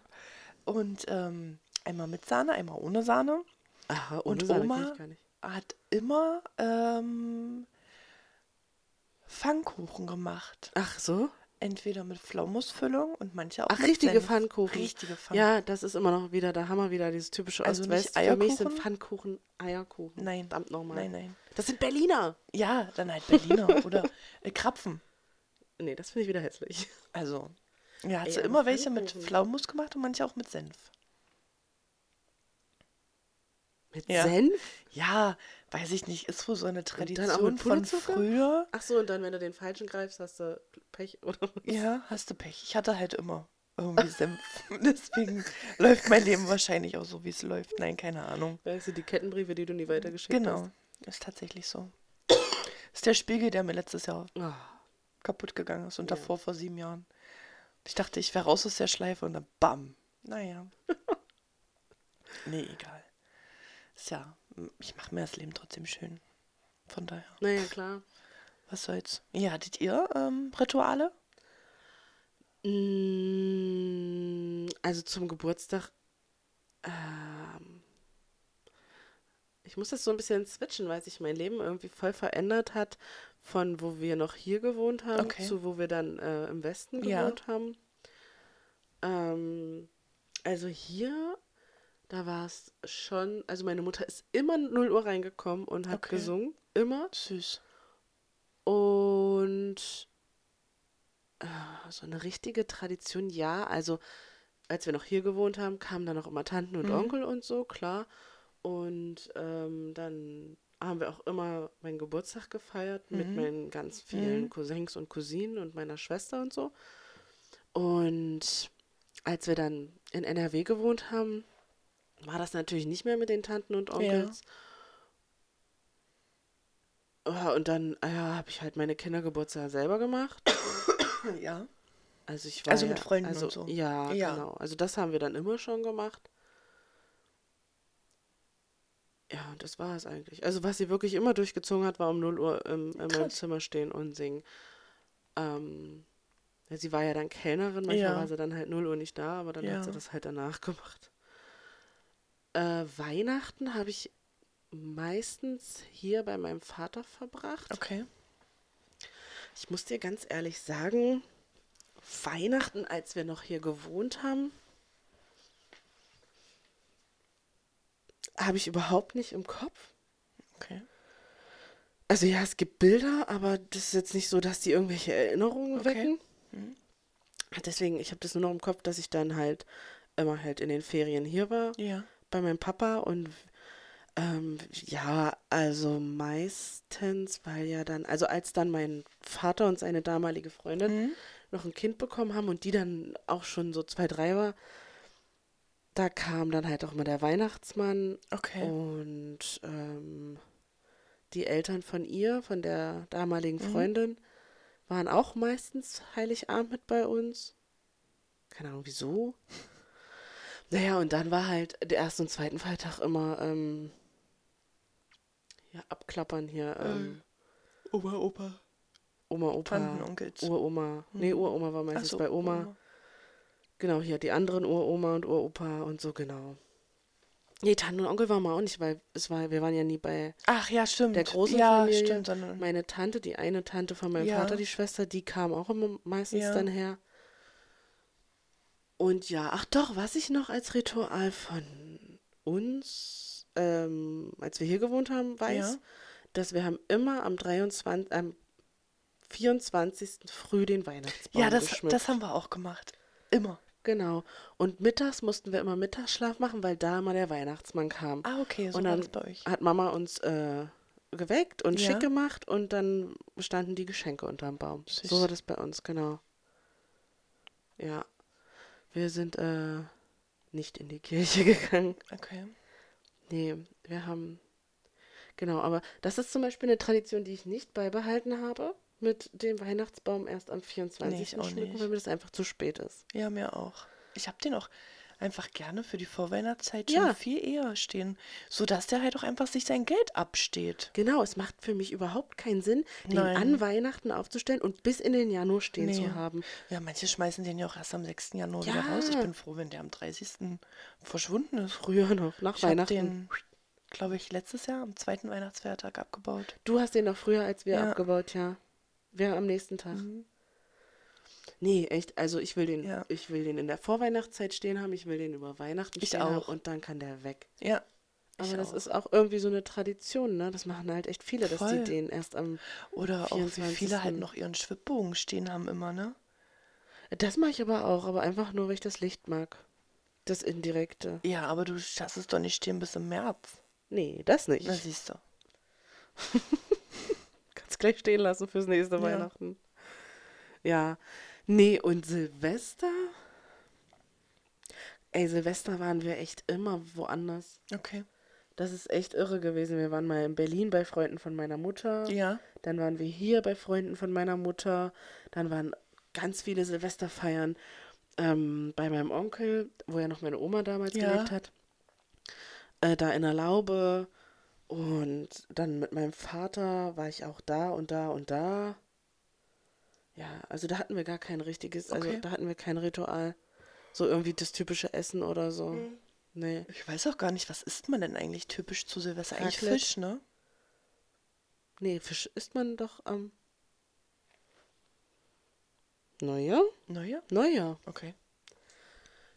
und ähm, einmal mit Sahne, einmal ohne Sahne.
Aha,
Und
ohne Sahne
Oma-
kenn ich gar nicht.
hat immer ähm, Pfannkuchen gemacht.
Ach so?
Entweder mit Pflaumusfüllung und manche auch
Ach,
mit
richtige
Senf.
Pfannkuchen.
Richtige Pfannkuchen.
Ja, das ist immer noch wieder, da haben wir wieder dieses typische
Also nicht
Ost-West. Für mich
Eierkuchen?
sind Pfannkuchen Eierkuchen.
Nein.
Verdammt nochmal.
Nein, nein.
Das sind Berliner.
Ja, dann halt
*laughs*
Berliner oder äh, Krapfen.
Nee, das finde ich wieder hässlich. *laughs*
Also, ja, hat
Ey,
sie
aber
immer welche mit
Pfannkuchen.
Pflaumus gemacht und manche auch mit Senf.
Mit
Ja.
Senf?
Ja, weiß ich nicht, ist wohl so
dann
eine
auch
Tradition
mit
von
Puderzucker?
früher.
Ach so, und dann, wenn du den falschen greifst, hast du Pech oder *laughs* was?
Ja, hast du Pech. Ich hatte halt immer irgendwie Senf. *laughs* Deswegen läuft mein Leben wahrscheinlich auch so, wie es läuft. Nein, keine Ahnung.
Weißt du, die Kettenbriefe, die du nie weitergeschickt
Genau, ist tatsächlich so. Ist der Spiegel, der mir letztes Jahr
hast. Ah,
kaputt gegangen ist und davor vor sieben Jahren. Ich dachte, ich wäre raus aus der Schleife und dann bam.
*laughs*
Naja. nee, egal. Ist ja, ich mache mir das Leben trotzdem schön. Von daher,
naja, klar.
was soll's. Ja, hattet ihr ähm,
*laughs*
Rituale?
Mm, Also zum Geburtstag. Ähm, ich muss das so ein bisschen switchen, weil sich mein Leben irgendwie voll verändert hat, von wo wir noch hier gewohnt haben
Okay.
zu wo wir dann äh, im Westen
Ja.
gewohnt haben. Ähm, also hier, da war es schon, also meine Mutter ist immer 0 Uhr reingekommen und hat
Okay.
gesungen, immer.
Süß.
Und äh, so eine richtige Tradition, ja. Also, als wir noch hier gewohnt haben, kamen dann auch immer Tanten und
Mhm.
Onkel und so, klar. Und ähm, dann haben wir auch immer meinen Geburtstag gefeiert mit
Mhm.
meinen ganz vielen
Mhm.
Cousins und Cousinen und meiner Schwester und so. Und als wir dann in NRW gewohnt haben, war das natürlich nicht mehr mit den Tanten und Onkels. Ja, und dann ah ja, habe ich halt meine Kindergeburtstage selber gemacht.
Ja.
Also ich war
Also
ja,
mit Freunden und
also,
so.
Ja,
Ja.
genau. Also das haben wir dann immer schon gemacht. Ja, und das war es eigentlich. Also was sie wirklich immer durchgezogen hat, war um 0 Uhr im, in meinem
Krass.
Zimmer stehen und singen. Ähm, ja, sie war ja dann Kellnerin, manchmal
Ja.
war sie dann halt 0 Uhr nicht da, aber dann
Ja.
hat sie das halt danach *laughs* gemacht. Äh, Weihnachten habe ich meistens hier bei meinem Vater verbracht.
Okay.
Ich muss dir ganz ehrlich sagen, Weihnachten, als wir noch hier gewohnt haben, habe ich überhaupt nicht im Kopf.
Okay.
Also ja, es gibt Bilder, aber das ist jetzt nicht so, dass die irgendwelche Erinnerungen
Okay.
wecken.
Mhm.
Deswegen, ich habe das nur noch im Kopf, dass ich dann halt immer halt in den Ferien hier war
Ja.
bei meinem Papa und ähm, ja, also meistens, weil ja dann, also als dann mein Vater und seine damalige Freundin
Mhm.
noch ein Kind bekommen haben und die dann auch schon so zwei, drei war, da kam dann halt auch mal der Weihnachtsmann
Okay.
und ähm, die Eltern von ihr, von der damaligen
Mhm.
Freundin, waren auch meistens Heiligabend mit bei uns. Keine Ahnung wieso. Naja, und dann war halt der erste und zweiten Feiertag immer ähm, ja, abklappern hier. Ähm,
Mhm. Oma, Opa.
Oma, Opa,
Tanten, Onkels.
Uroma. Nee, Uroma war meistens
Hm. so,
bei Oma. Genau, hier die anderen Uroma und Uropa und so, genau. Nee, Tanten und Onkel waren wir auch nicht, weil es war, wir waren ja nie bei
Ach ja, stimmt.
der großen
ja,
Familie.
stimmt. Sondern,
Meine Tante, die eine Tante von meinem
Ja.
Vater, die Schwester, die kam auch immer meistens
Ja.
dann her. Und ja, ach doch, was ich noch als Ritual von uns, ähm, als wir hier gewohnt haben, weiß,
Ja.
dass wir haben immer am 23., am 24. früh den Weihnachtsbaum
ja, das,
geschmückt.
das haben wir auch gemacht. Immer.
Genau. Und mittags mussten wir immer Mittagsschlaf machen, weil da immer der Weihnachtsmann kam.
Ah, okay, so
und
war
dann
das bei euch.
hat Mama uns äh, geweckt und
Ja.
schick gemacht und dann standen die Geschenke unterm Baum.
Süß.
So war das bei uns, genau. Ja. Wir sind äh, nicht in die Kirche *laughs* gegangen.
Okay.
Nee, wir haben. Genau, aber das ist zum Beispiel eine Tradition, die ich nicht beibehalten habe, mit dem Weihnachtsbaum erst am 24.
auch
schmücken,
nicht.
weil mir das einfach zu spät ist.
Ja, mir auch. Ich habe den auch einfach gerne für die Vorweihnachtszeit
Ja.
schon viel eher stehen, sodass der halt auch einfach sich sein Geld absteht.
Genau, es macht für mich überhaupt keinen Sinn, den
Nein.
an Weihnachten aufzustellen und bis in den Januar stehen
Nee.
zu haben.
Ja, manche schmeißen den ja auch erst am 6. Januar wieder
Ja.
raus. Ich bin froh, wenn der am 30. verschwunden ist.
Früher noch, nach
Ich habe
Weihnachten.
den, glaube ich, letztes Jahr am zweiten Weihnachtsfeiertag abgebaut.
Du hast den noch früher als wir
Ja. Mhm.
abgebaut, ja. Wir am nächsten Tag. Nee, echt, also ich will den,
Ja.
ich will den in der Vorweihnachtszeit stehen haben, ich will den über Weihnachten
Ich
stehen haben
auch.
und dann kann der weg.
Ja.
Aber
ich
das
auch.
ist auch irgendwie so eine Tradition, ne? Das machen halt echt viele, dass die
Voll.
den erst am.
Oder auch wie viele halt
24..
noch ihren Schwibbogen stehen haben immer, ne?
Das mache ich aber auch, aber einfach nur, weil ich das Licht mag. Das Indirekte.
Ja, aber du schaffst es doch nicht stehen bis im März.
Nee, das nicht.
Na, siehst du.
Kannst gleich stehen lassen fürs nächste
Ja.
Weihnachten. Ja. Nee, und Silvester? Ey, Silvester waren wir echt immer woanders.
Okay.
Das ist echt irre gewesen. Wir waren mal in Berlin bei Freunden von meiner Mutter.
Ja.
Dann waren wir hier bei Freunden von meiner Mutter. Dann waren ganz viele Silvesterfeiern ähm, bei meinem Onkel, wo ja noch meine Oma damals
Ja.
gelebt hat. Äh, da in der Laube. Und dann mit meinem Vater war ich auch da und da und da. Ja, also da hatten wir gar kein richtiges, also
Okay.
da hatten wir kein Ritual. So irgendwie das typische Essen oder so.
Mhm.
Nee.
Ich weiß auch gar nicht, was isst man denn eigentlich typisch zu Silvester? Eigentlich
Raclette.
Fisch, ne?
Nee, Fisch isst man doch am Neujahr?
Neujahr?
Neujahr.
Okay.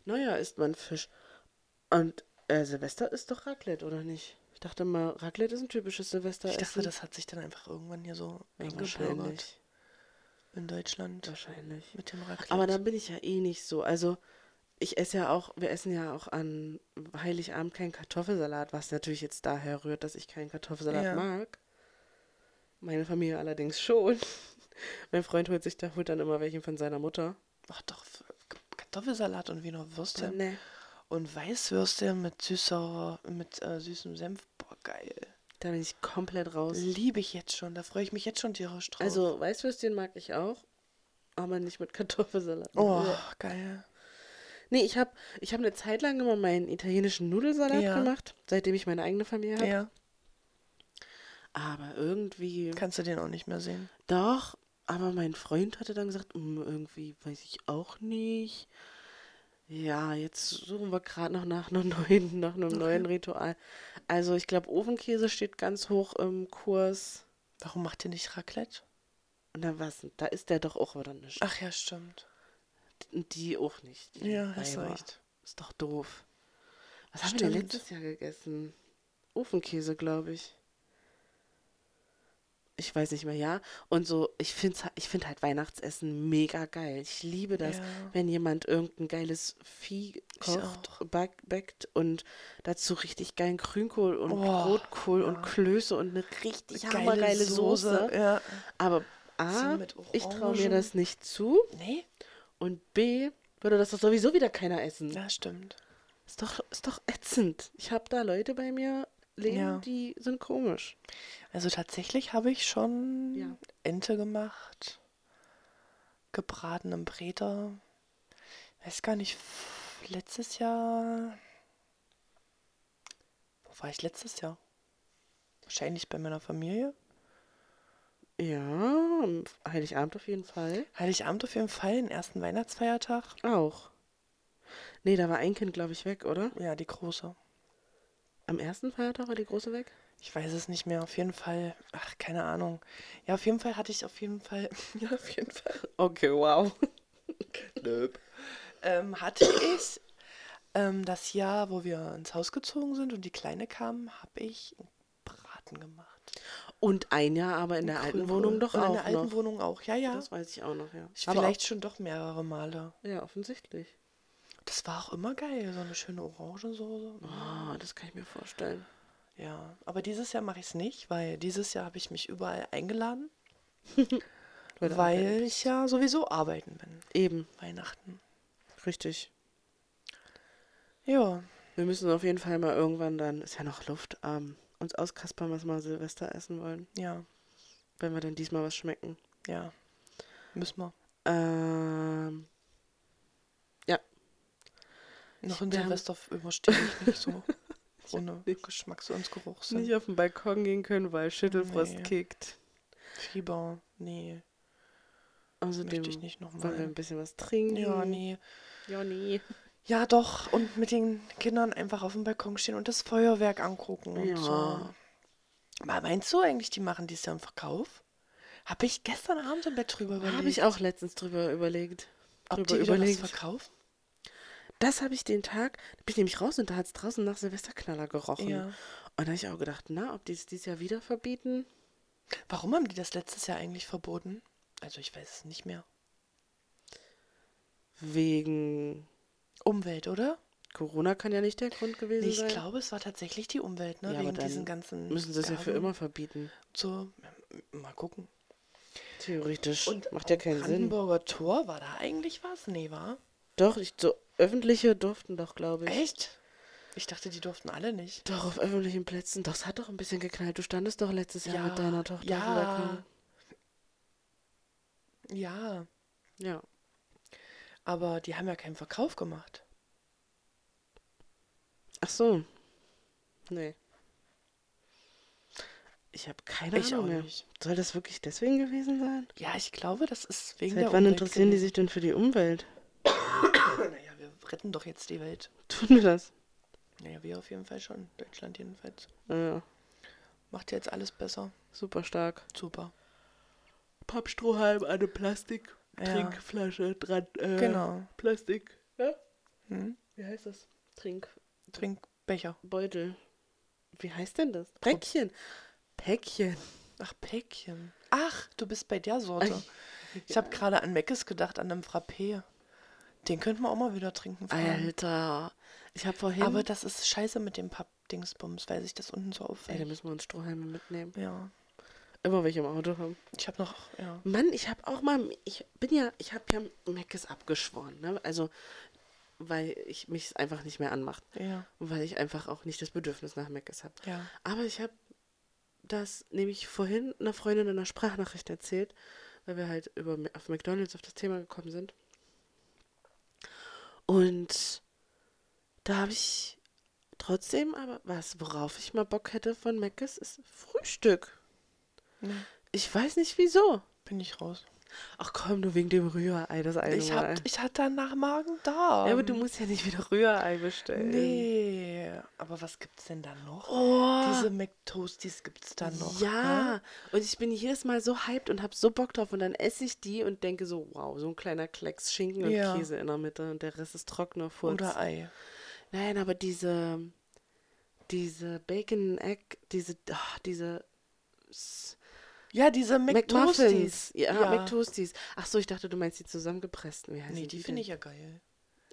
Neujahr isst man Fisch. Und äh, Silvester ist doch Raclette, oder nicht? Ich dachte mal, Raclette ist ein typisches
Ich
Silvesteressen.
dachte, das hat sich dann einfach irgendwann hier so
ja,
eingebürgert
wahrscheinlich.
in Deutschland
Wahrscheinlich.
mit dem Raclette.
Aber da bin ich ja eh nicht so. Also, ich esse ja auch, wir essen ja auch an Heiligabend keinen Kartoffelsalat, was natürlich jetzt daher rührt, dass ich keinen Kartoffelsalat
Ja.
mag. Meine Familie allerdings schon. *laughs* mein Freund holt sich da holt dann immer welchen von seiner Mutter.
Ach doch, F- Kartoffelsalat und Wiener Würstchen.
Nee.
Und Weißwürstchen mit süßer, mit äh, süßem Senf. Boah, geil.
Da bin ich komplett raus.
Liebe ich jetzt schon. Da freue ich mich jetzt schon tierisch drauf.
Also Weißwürstchen mag ich auch, aber nicht mit Kartoffelsalat.
Oh,
Ja.
geil.
Nee, ich habe ich hab eine Zeit lang immer meinen italienischen Nudelsalat
Ja.
gemacht, seitdem ich meine eigene Familie habe.
Ja.
Aber irgendwie.
Kannst du den auch nicht mehr sehen.
Doch, aber mein Freund hatte dann gesagt, "Hm, irgendwie weiß ich auch nicht. Ja, jetzt suchen wir gerade noch nach einem *laughs* neuen, nach einem neuen Ritual. Also ich glaube, Ofenkäse steht ganz hoch im Kurs.
Warum macht ihr nicht Raclette?
Und dann was? Da ist der doch auch wieder nicht.
Ach ja, stimmt.
Und die auch nicht. die
Ja, hast
Weiber.
recht.
Ist doch doof. Was haben wir denn
Stimmt.
letztes Jahr gegessen? Ofenkäse, glaube ich. Ich weiß nicht mehr, ja. Und so, ich finde ich find halt Weihnachtsessen mega geil. Ich liebe das,
Ja.
wenn jemand irgendein geiles Vieh kocht,
auch.
back, backt und dazu richtig geilen Grünkohl und
Oh,
Rotkohl und
ja.
Klöße und eine richtig
Geile
hammergeile Soße.
Soße, ja.
Aber A,
So mit
ich traue mir
Orangen.
das nicht zu.
Nee?
Und B, würde das doch sowieso wieder keiner essen.
Ja, stimmt.
Ist doch, ist doch ätzend. Ich habe da Leute bei mir leben,
Ja.
die sind komisch.
Also tatsächlich habe ich schon
Ja.
Ente gemacht, gebraten im Breter. Weiß gar nicht, f- letztes Jahr. Wo war ich letztes Jahr? Wahrscheinlich bei meiner Familie.
Ja, am Heiligabend auf jeden Fall.
Heiligabend auf jeden Fall, den ersten Weihnachtsfeiertag.
Auch. Nee, da war ein Kind, glaube ich, weg, oder?
Oh Ja, die große.
Am ersten Feiertag war die Große weg?
Ich weiß es nicht mehr, auf jeden Fall. Ach, keine Ahnung. Ja, auf jeden Fall hatte ich auf jeden Fall. *laughs* Ja, auf jeden Fall.
Okay, *laughs* wow.
Ähm, hatte ich ähm, das Jahr, wo wir ins Haus gezogen sind und die Kleine kam, habe ich einen Braten gemacht.
Und ein Jahr aber in der
Einen
alten
Grünkohl.
Wohnung doch
und
auch
In der alten
noch.
Wohnung auch, ja, ja.
Das weiß ich auch noch, ja.
Ich
Aber
Vielleicht schon doch mehrere Male.
Auch, ja, offensichtlich.
Das war auch immer geil, so eine schöne Orangensoße. Oh,
Ah, das kann ich mir vorstellen.
Ja, aber dieses Jahr mache ich es nicht, weil dieses Jahr habe ich mich überall eingeladen,
*laughs* Leute,
weil ich ja sowieso arbeiten bin.
Eben,
Weihnachten.
richtig.
Ja,
Wir müssen auf jeden Fall mal irgendwann dann, ist ja noch Luft, ähm, uns auskaspern, was wir mal Silvester essen wollen.
ja,
Wenn wir dann diesmal was schmecken.
ja. Müssen wir.
Ähm,
Noch in
wir haben-
Silvester überstehe ich
*laughs*
nicht so. Ohne
nicht-
Geschmacks- und Geruchssinn.
nicht auf den Balkon gehen können, weil Schüttelfrost
Nee.
kickt.
Fieber, nee,
Außerdem
möchte ich nicht
wollen wir
nochmal.
ein bisschen was trinken.
Ja, nee.
Ja, nee.
Ja, doch, und mit den Kindern einfach auf dem Balkon stehen und das Feuerwerk angucken und
Ja.
so. Aber meinst du eigentlich, die machen dies Jahr im Verkauf? Habe ich gestern Abend im Bett drüber überlegt.
Habe ich auch letztens drüber überlegt.
ob
Drüber
die wieder
überlegt.
was verkaufen?
Das habe ich den Tag, da bin ich nämlich raus und da hat es draußen nach Silvesterknaller gerochen.
Ja.
Und da habe ich auch gedacht, na, ob die es dieses Jahr wieder verbieten?
Warum haben die das letztes Jahr eigentlich verboten? Also ich weiß es nicht mehr.
Wegen
Umwelt, oder?
Corona kann ja nicht der Grund gewesen
Ich
sein.
glaube, es war tatsächlich die Umwelt, ne?
Ja, aber
Wegen
dann
diesen ganzen.
Müssen sie es ja für
Gasen
immer verbieten.
und So, mal gucken.
Theoretisch.
Und
Macht ja
am
keinen Sinn.
Brandenburger Tor, war da eigentlich was? Nee, war?
Doch, ich, so öffentliche durften doch, glaube ich.
Echt? Ich dachte, die durften alle nicht.
Doch, auf öffentlichen Plätzen. Das hat doch ein bisschen geknallt. Du standest doch letztes Jahr
Ja,
mit deiner Tochter
ja.
auf dem Balkon.
Ja,
Ja.
aber die haben ja keinen Verkauf gemacht.
Ach so. Nee. Ich habe keine
Ich
Ahnung
auch
mehr.
nicht.
Soll das wirklich deswegen gewesen sein?
Ja, ich glaube, das ist wegen
Seit
der
wann
Umwelt
interessieren die
gewesen.
sich denn für die Umwelt? *laughs*
Naja, wir retten doch jetzt die Welt.
Tun wir das?
Naja, wir auf jeden Fall schon. Deutschland jedenfalls.
Ah, Ja,
Macht ja jetzt alles besser.
super stark.
Super.
Pappstrohhalm, eine Plastiktrinkflasche dran. Äh,
Genau.
Plastik. Ja?
Hm?
Wie heißt das? Trinkbeutel.
Trinkbecher.
Wie heißt denn das? Päckchen. Päckchen.
Ach, Päckchen. Ach, du bist bei der Sorte. Ich habe gerade an Meckes gedacht, an einem Frappé. Den könnten wir auch mal wieder trinken.
Ah
fahren.
Alter. Ich habe vorhin.
Aber das ist scheiße mit dem Pappdingsbums, weil sich das unten so
Ey, da
auffällt.
müssen wir uns Strohhalme mitnehmen.
Ja.
Immer welche im Auto haben.
Ich habe noch, ja.
Mann, ich habe auch mal, ich bin ja, ich habe ja Meckes abgeschworen, ne? Also, weil ich mich es einfach nicht mehr anmacht.
Ja.
Und weil ich einfach auch nicht das Bedürfnis nach Meckes habe.
Ja.
Aber ich habe das nämlich vorhin einer Freundin in einer Sprachnachricht erzählt, weil wir halt über auf McDonalds auf das Thema gekommen sind. Und da habe ich trotzdem aber was, worauf ich mal Bock hätte von Meckes, ist Frühstück.
Nee,
Ich weiß nicht wieso.
bin ich raus.
Ach komm, nur wegen dem Rührei das eine
Ich,
Mal.
hab, ich hatte danach Magen da.
ja, aber du musst äh, ja nicht wieder Rührei bestellen.
Nee, aber was gibt's denn da noch?
Oh,
Diese McToasties gibt's da noch.
ja.
ne?
Und ich bin jedes Mal so hyped und hab so Bock drauf und dann esse ich die und denke so, wow, so ein kleiner Klecks Schinken und
Ja.
Käse in der Mitte und der Rest ist trockener Furz.
Oder Ei.
Nein, aber diese, diese Bacon Egg, diese, ah, diese S-
Ja, diese McToasties.
McMuffins. Ja,
Ja.
McToasties. Ach so, ich dachte, du meinst die zusammengepressten. Wie heißen
Nee, die finde ich
denn?
ja geil.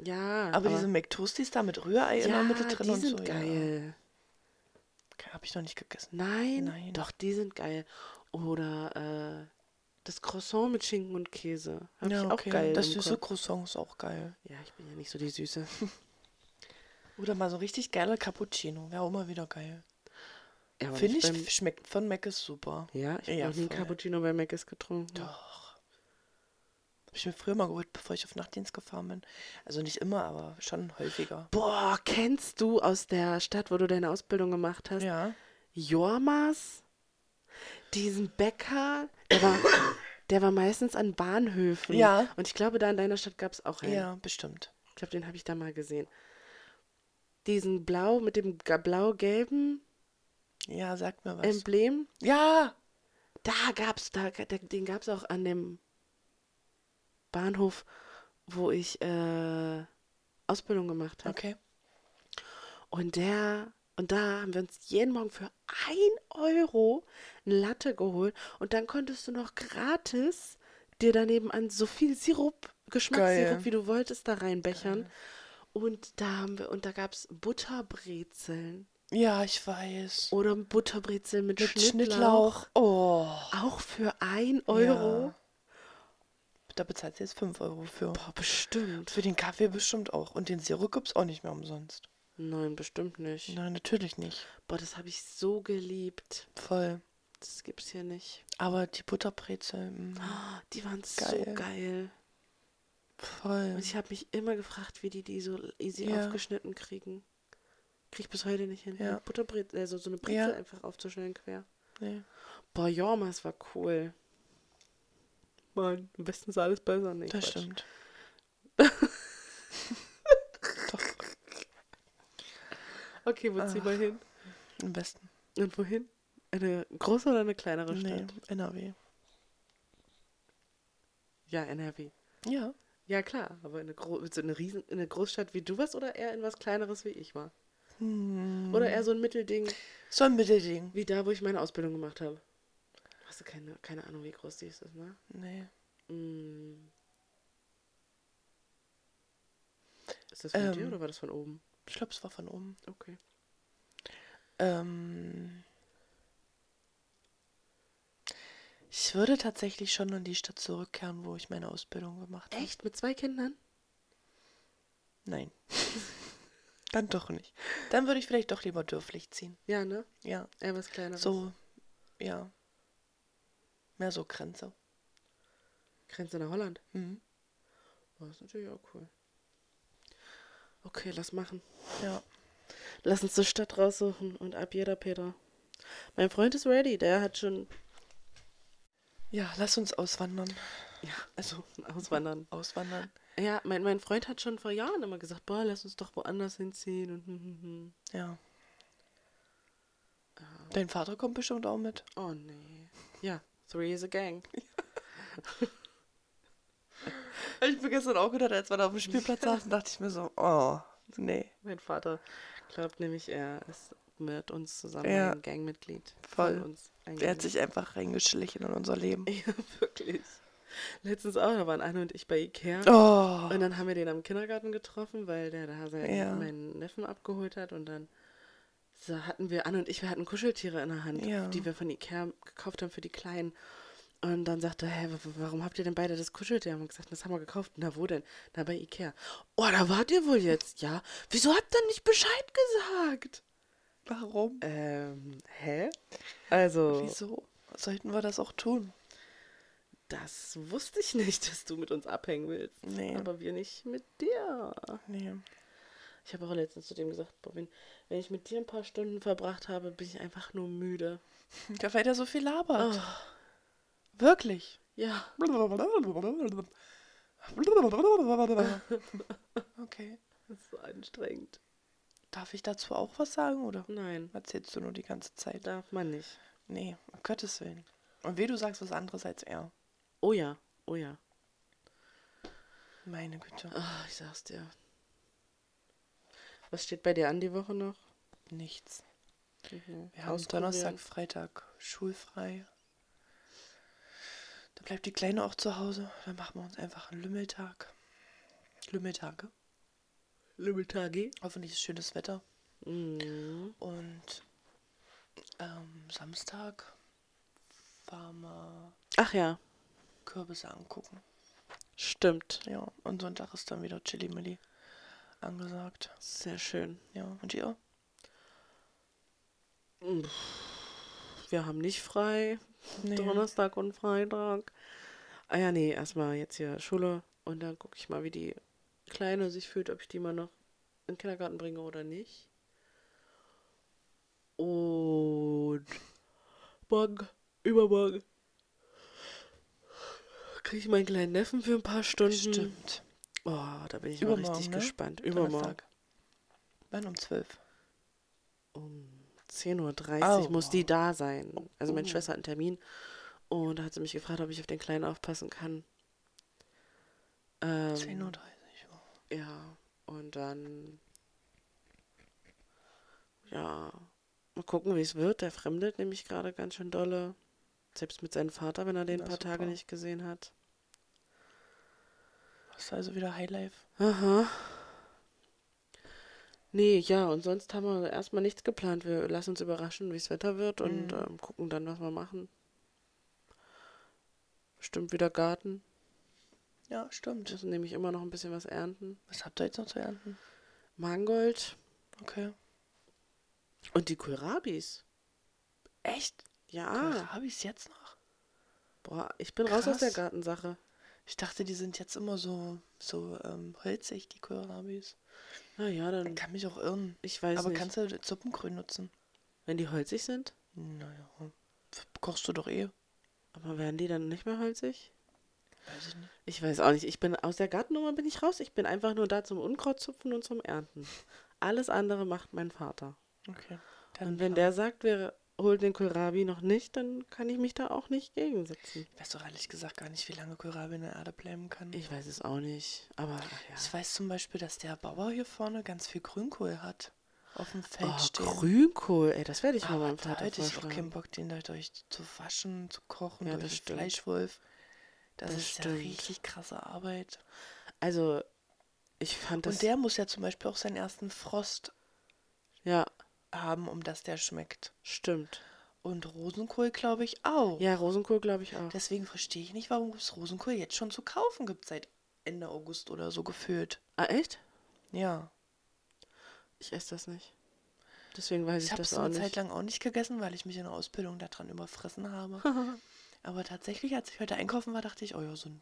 Ja,
Aber, diese McToasties da mit Rührei in
ja,
der Mitte drin
die
und
sind
so. Ja.
geil.
Ke- Hab ich noch nicht gegessen.
Nein,
Nein.
doch, die sind geil. Oder äh, das Croissant mit Schinken und Käse. Hab ich auch geil.
Das
im
süße
Kopf.
Croissant ist auch geil.
Ja, ich bin ja nicht so die Süße.
Oder mal so richtig geiler Cappuccino. Wäre auch mal wieder geil.
Ja, aber
Finde
nicht
ich,
beim-
schmeckt von Mac ist super.
Ja, ich habe
Ja,
noch nie einen
voll.
Cappuccino bei Mc's getrunken.
Doch. Hab ich mir früher mal geholt, bevor ich auf Nachtdienst gefahren bin. Also nicht immer, aber schon häufiger.
Boah, kennst du aus der Stadt, wo du deine Ausbildung gemacht hast,
Ja.
Jormas? Diesen Bäcker? Der war,
*coughs*
der war meistens an Bahnhöfen.
Ja.
Und ich glaube, da in deiner Stadt gab es auch einen.
Ja, bestimmt.
Ich glaube, den habe ich da mal gesehen. Diesen blau mit dem ga- blau-gelben
Ja, sag mir was.
Ähm, Emblem.
ja!
Da gab's, da, da den gab's auch an dem Bahnhof, wo ich äh, Ausbildung gemacht habe.
Okay.
Und der, und da haben wir uns jeden Morgen für ein Euro eine Latte geholt. Und dann konntest du noch gratis dir daneben an so viel Sirup, Geschmackssirup,
Geil.
wie du wolltest, da reinbechern. Und da haben wir, und da gab es Butterbrezeln
Ja, ich weiß.
oder Butterbrezeln mit,
Mit
Schnittlauch.
Schnittlauch. Oh.
Auch für ein Euro.
Ja. Da bezahlt sie jetzt 5 Euro für.
Boah, bestimmt.
Für den Kaffee bestimmt auch. Und den Sirup gibt's auch nicht mehr umsonst.
Nein, bestimmt nicht.
Nein, natürlich nicht.
Boah, das habe ich so geliebt.
Voll.
Das gibt's hier nicht.
Aber die Butterbrezel, mm, mh,
Ah, Die waren so
Geil.
geil.
voll.
Und ich habe mich immer gefragt, wie die die so easy
Ja.
aufgeschnitten kriegen. Krieg ich bis heute nicht hin.
Ja.
Eine Butterbrezel, also so eine Brezel
Ja.
einfach aufzuschneiden quer.
Nee.
Boah, Jormas war cool. Mann, am besten sah alles besser nicht.
Das stimmt. Doch,
Okay, wo ziehen wir hin?
am besten.
Und wohin? Eine große oder eine kleinere Stadt?
Nee, NRW.
Ja, NRW.
Ja.
Ja, klar, aber in eine, Gro willst du in eine, Riesen in eine Großstadt wie du warst oder eher in was Kleineres wie ich war?
Hm.
Oder eher so ein Mittelding
So ein Mittelding.
wie da, wo ich meine Ausbildung gemacht habe? Hast du keine, keine Ahnung, wie groß die ist, ne?
Nee.
Mm. Ist das von dir
Ähm.
oder war das von oben?
Ich glaube, es war von oben.
Okay.
Ähm, ich würde tatsächlich schon in die Stadt zurückkehren, wo ich meine Ausbildung gemacht habe.
Echt? Mit zwei Kindern?
Nein. *laughs* Dann doch nicht. Dann würde ich vielleicht doch lieber dürflich ziehen.
Ja, ne?
Ja.
Eher was Kleineres.
So, ja. Mehr so Grenze.
Grenze nach Holland.
Mhm.
Das ist natürlich auch cool. Okay, lass machen.
Ja.
Lass uns die Stadt raussuchen und ab jeder Peter. Mein Freund ist ready, der hat schon.
Ja, lass uns auswandern.
Ja, also *laughs* auswandern.
Auswandern.
Ja, mein, mein Freund hat schon vor Jahren immer gesagt, boah, lass uns doch woanders hinziehen und hm, hm, hm.
Ja. Dein Vater kommt bestimmt auch mit.
Oh nee. Ja, three is a *laughs* gang.
Ich bin gestern auch gedacht, als wir da auf dem
*laughs*
Spielplatz saßen, dachte ich mir so, oh, nee.
Mein Vater glaubt nämlich, er ist mit uns zusammen
Ja.
ein Gangmitglied.
Voll.
Von uns ein
Er hat
Gang.
sich einfach reingeschlichen in unser Leben.
*laughs* Ja, wirklich. Letztens auch, da waren Anne und ich bei Ikea.
Oh,
Und dann haben wir den am Kindergarten getroffen, weil der da seinen,
Ja.
meinen Neffen abgeholt hat. Und dann so hatten wir, Anne und ich, wir hatten Kuscheltiere in der Hand,
Ja.
die wir von Ikea gekauft haben für die Kleinen. Und dann sagte er, hä, wa- wa- warum habt ihr denn beide das Kuscheltier? Haben wir gesagt, das haben wir gekauft. Na, wo denn? Na, bei Ikea. Oh, da wart ihr wohl jetzt, ja. Wieso habt ihr nicht Bescheid gesagt?
warum?
Ähm, hä? Also,
Wieso sollten wir das auch tun?
das wusste ich nicht, dass du mit uns abhängen willst.
Nee.
Aber wir nicht mit dir.
Nee.
Ich habe auch letztens zu dem gesagt, Bobin, wenn ich mit dir ein paar Stunden verbracht habe, bin ich einfach nur müde.
Da weil er so viel labert.
Oh. *laughs*
Wirklich.
Ja.
Okay.
Das ist so anstrengend.
Darf ich dazu auch was sagen oder
Nein,
erzählst du nur die ganze Zeit?
darf man nicht.
Nee, um Gottes Willen. Und weh, du sagst was anderes als er.
Oh ja, oh ja.
Meine Güte.
Ah, ich sag's dir. Was steht bei dir an die Woche noch?
Nichts.
Mhm.
Wir haben
Auskurieren.
Donnerstag, Freitag schulfrei. Da bleibt die Kleine auch zu Hause. Dann machen wir uns einfach einen Lümmeltag. Lümmeltage.
Lümmeltage.
Hoffentlich ist schönes Wetter.
Mhm.
Und ähm, Samstag fahren wir
Ach ja,
Kürbisse angucken.
stimmt.
Ja, und Sonntag ist dann wieder Chili Milli angesagt.
Sehr schön.
Ja, und ihr?
Wir haben nicht frei.
Nee.
Donnerstag und Freitag. Ah ja, nee, erstmal jetzt hier Schule und dann gucke ich mal, wie die Kleine sich fühlt, ob ich die mal noch in den Kindergarten bringe oder nicht. Und morgen, übermorgen kriege ich meinen kleinen Neffen für ein paar Stunden.
Stimmt.
Oh, da bin ich mal
Übermorgen,
richtig
ne?
gespannt. Übermorgen.
Donnerstag. Wann um 12?
um 10.30 Uhr
Oh,
muss
wow.
die da sein. Also meine
Oh.
Schwester hat einen Termin und da hat sie mich gefragt, ob ich auf den Kleinen aufpassen kann. Ähm,
10.30 Uhr. oh,
Ja, und dann, ja, mal gucken, wie es wird. Der fremdet nämlich gerade ganz schön dolle. Selbst mit seinem Vater, wenn er den
Na,
ein paar Tage
super.
nicht gesehen hat.
Hast du also wieder Highlife?
Aha. Nee, ja, und sonst haben wir erstmal nichts geplant. Wir lassen uns überraschen, wie es Wetter wird und
Mhm.
ähm, gucken dann, was wir machen. Bestimmt wieder Garten.
Ja, stimmt.
Wir müssen nämlich immer noch ein bisschen was ernten.
Was habt ihr jetzt noch zu ernten?
Mangold
Okay.
und die Kohlrabis.
Echt?
Ja.
Habe ich es jetzt noch?
Boah, ich bin raus aus der
Krass.
Gartensache.
Ich dachte, die sind jetzt immer so, so ähm, holzig, die Kohlrabis.
Naja, dann,
Kann mich auch irren.
ich Hm. weiß
Äh, Aber
nicht.
kannst du das Suppengrün nutzen?
Wenn die holzig sind,
Naja. Kochst du doch eh.
aber werden die dann nicht mehr holzig?
Weiß ich nicht.
Ich weiß auch nicht. Ich bin aus der Gartennummer bin ich raus. Ich bin einfach nur da zum Unkrautzupfen und zum Ernten. Alles andere macht mein Vater.
Okay.
Und wenn der sagt, wir holen den Kohlrabi noch nicht, dann kann ich mich da auch nicht gegensetzen.
Ich weiß doch ehrlich gesagt gar nicht, wie lange Kohlrabi in der Erde bleiben kann.
Ich weiß es auch nicht. Aber ach ja.
Mhm. Ich weiß zum Beispiel, dass der Bauer hier vorne ganz viel Grünkohl hat. Auf dem Feld
Oh,
stehen.
Grünkohl, ey, das werde ich mal
Aber
meinem
Ah, da
Vater
hätte ich auch keinen
vorschlagen.
Bock, den dadurch zu waschen, zu kochen,
Ja,
durch
das
den
stimmt.
Fleischwolf. Das,
Das
ist
stimmt.
ja richtig krasse Arbeit.
Also, ich fand das.
Und der muss ja zum Beispiel auch seinen ersten Frost
ja,
haben, um dass der schmeckt.
stimmt.
Und Rosenkohl glaube ich auch.
Ja, Rosenkohl glaube ich auch.
Deswegen verstehe ich nicht, warum es Rosenkohl jetzt schon zu kaufen gibt, seit Ende August oder so gefühlt.
Ah, echt?
Ja.
Ich esse das nicht. Deswegen weiß ich,
Also Ich habe
das
es
auch
eine Zeit
nicht.
lang auch nicht gegessen, weil ich mich in der Ausbildung daran
*laughs*
überfressen habe. Aber tatsächlich, als ich heute einkaufen war, dachte ich, oh ja, so eine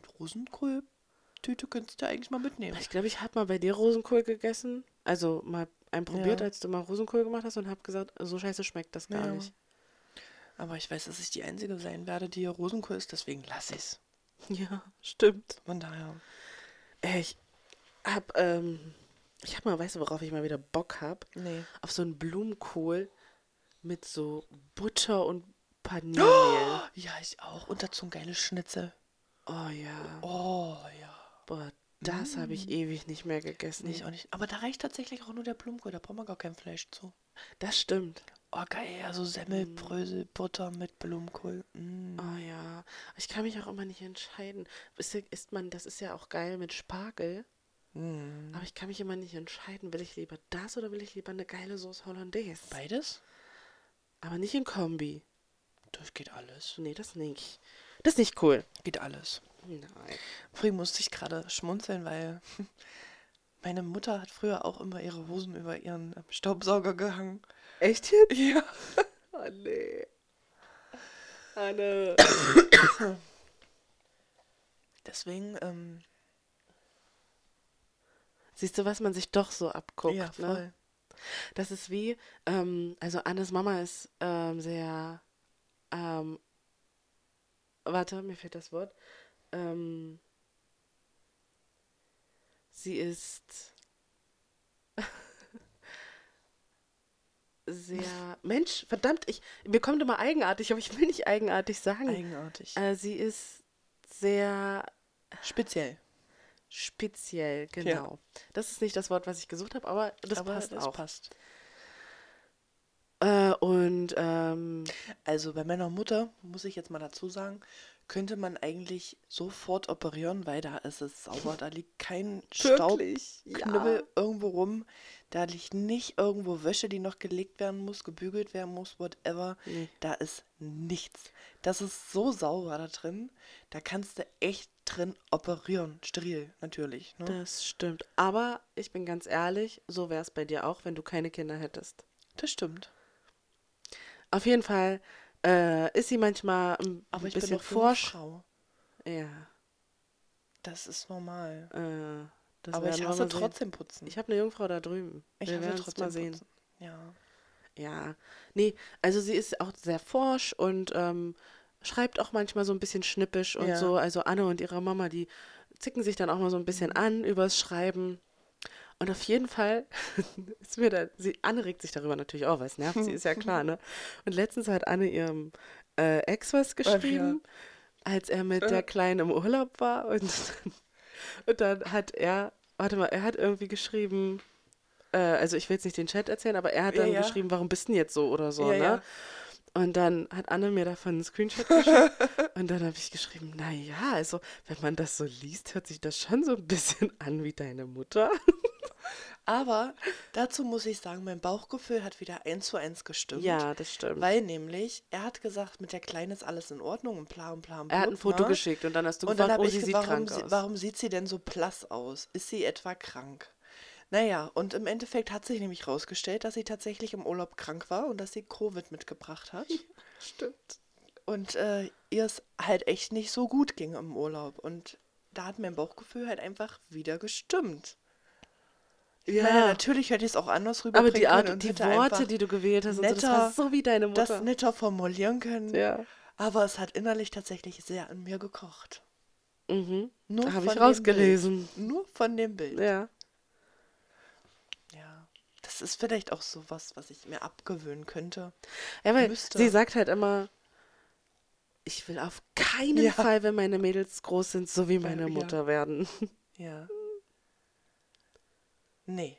Rosenkohl-Tüte könntest du eigentlich mal mitnehmen.
Ich glaube, ich habe mal bei dir Rosenkohl gegessen. Also mal einen probiert,
Ja.
als du mal Rosenkohl gemacht hast und habe gesagt, so scheiße schmeckt das gar
Ja.
nicht. *laughs*
Aber ich weiß, dass ich die Einzige sein werde, die hier Rosenkohl ist, deswegen lasse ich es.
Ja, stimmt.
Von daher.
Ey, Äh, Ich hab, ähm, ich hab mal, weißt du, worauf ich mal wieder Bock hab?
Nee.
Auf so einen Blumenkohl mit so Butter und Paniermehl.
*gasps* Ja, ich auch. Und dazu ein geiles Schnitzel.
Oh ja.
Oh ja.
Boah, das habe ich ewig nicht mehr gegessen.
Nicht auch nicht. Aber da reicht tatsächlich auch nur der Blumenkohl, da braucht man gar kein Fleisch zu.
Das stimmt.
Oh geil, also
Mm.
Semmelbrösel, Butter mit Blumenkohl. Mm.
Oh ja. Ich kann mich auch immer nicht entscheiden. Ist, ja- ist man, das ist ja auch geil mit Spargel.
Mm.
Aber ich kann mich immer nicht entscheiden, will ich lieber das oder will ich lieber eine geile Sauce Hollandaise?
Beides?
Aber nicht in Kombi.
Das geht alles.
Nee, das nicht. Das ist nicht cool.
Geht alles.
Nein.
Früher musste ich gerade schmunzeln, weil *laughs* meine Mutter hat früher auch immer ihre Hosen über ihren ähm, Staubsauger gehangen.
Echt jetzt?
Ja.
Oh nee. Anne.
Deswegen, ähm,
Siehst du, was man sich doch so abguckt,
ja, voll.
ne? Das ist wie, ähm, also Annes Mama ist ähm, sehr ähm, warte, mir fehlt das Wort. Ähm, sie ist *laughs* sehr. Mensch, verdammt, ich, mir kommt immer eigenartig, aber ich will nicht eigenartig sagen.
Eigenartig.
äh, sie ist sehr
Speziell.
speziell, genau. Das ist nicht das Wort, was ich gesucht habe, aber das
aber
passt
das
auch.
passt.
Äh, und ähm,
Also bei meiner Mutter, muss ich jetzt mal dazu sagen, könnte man eigentlich sofort operieren, weil da ist es sauber. Da liegt kein Staub,
Wirklich? Ja.
Knubbel irgendwo rum. Da liegt nicht irgendwo Wäsche, die noch gelegt werden muss, gebügelt werden muss, whatever.
Nee.
Da ist nichts. Das ist so sauber da drin. Da kannst du echt drin operieren. Steril, natürlich. Ne?
das stimmt. Aber ich bin ganz ehrlich, so wäre es bei dir auch, wenn du keine Kinder hättest.
Das stimmt.
Auf jeden Fall äh, ist sie manchmal ein
Aber ich bin
bisschen
doch forsch.
forsch. Ja,
Das ist normal.
äh, das
Aber
werden
ich
wir
hasse
mal sehen.
trotzdem putzen.
Ich habe eine Jungfrau da drüben.
Ich
wir
hasse
werden's
trotzdem
mal sehen.
putzen. Ja.
Ja, nee, also sie ist auch sehr forsch und ähm, schreibt auch manchmal so ein bisschen schnippisch und
Ja.
so. Also Anne und ihre Mama, die zicken sich dann auch mal so ein
Mhm.
bisschen an übers Schreiben. Und auf jeden Fall *laughs* ist mir da, sie, Anne regt sich darüber natürlich auch, weil es nervt sie, ist ja klar, ne? Und letztens hat Anne ihrem äh, Ex
Oh
was geschrieben, als er mit
Äh.
der Kleinen im Urlaub war und *laughs* dann, und dann hat er, warte mal, er hat irgendwie geschrieben, äh, also ich will jetzt nicht den Chat erzählen, aber er hat
Ja,
dann
ja.
geschrieben, warum bist du denn jetzt so oder so,
Ja,
ne?
ja.
Und dann hat Anne mir davon einen Screenshot
*laughs*
geschickt und dann habe ich geschrieben, naja, also wenn man das so liest, hört sich das schon so ein bisschen *laughs* an wie deine Mutter.
Aber dazu muss ich sagen, mein Bauchgefühl hat wieder eins zu eins gestimmt.
Ja, das stimmt.
Weil nämlich, er hat gesagt, mit der Kleinen ist alles in Ordnung und bla und bla und
er hat ein
blub,
Foto
ne?
geschickt und dann hast du
Und dann
gefragt,
habe
oh,
ich
sie sieht
gefragt, warum,
krank
sie,
aus.
warum sieht sie denn so blass aus? Ist sie etwa krank? Naja, und im Endeffekt hat sich nämlich rausgestellt, dass sie tatsächlich im Urlaub krank war und dass sie Covid mitgebracht hat.
Stimmt.
Und äh, ihr es halt echt nicht so gut ging im Urlaub. Und da hat mein Bauchgefühl halt einfach wieder gestimmt. Ja, meine,
Ja,
natürlich hätte ich es auch anders rüberbringen
aber die Art,
können. und
die
hätte
Worte,
einfach
die du gewählt hast, und so, das
netter-
war so wie deine
das
Mutter.
netter formulieren können.
ja.
Aber es hat innerlich tatsächlich sehr an mir gekocht.
Mhm.
Nur
Habe
von
ich
dem
rausgelesen.
Bild. Nur von dem Bild.
Ja.
Ja. Das ist vielleicht auch sowas, was ich mir abgewöhnen könnte.
Ja, weil
Müsste.
sie sagt halt immer, ich will auf keinen
Ja.
Fall, wenn meine Mädels groß sind, so wie meine
Ja.
Mutter werden.
Ja. Nee,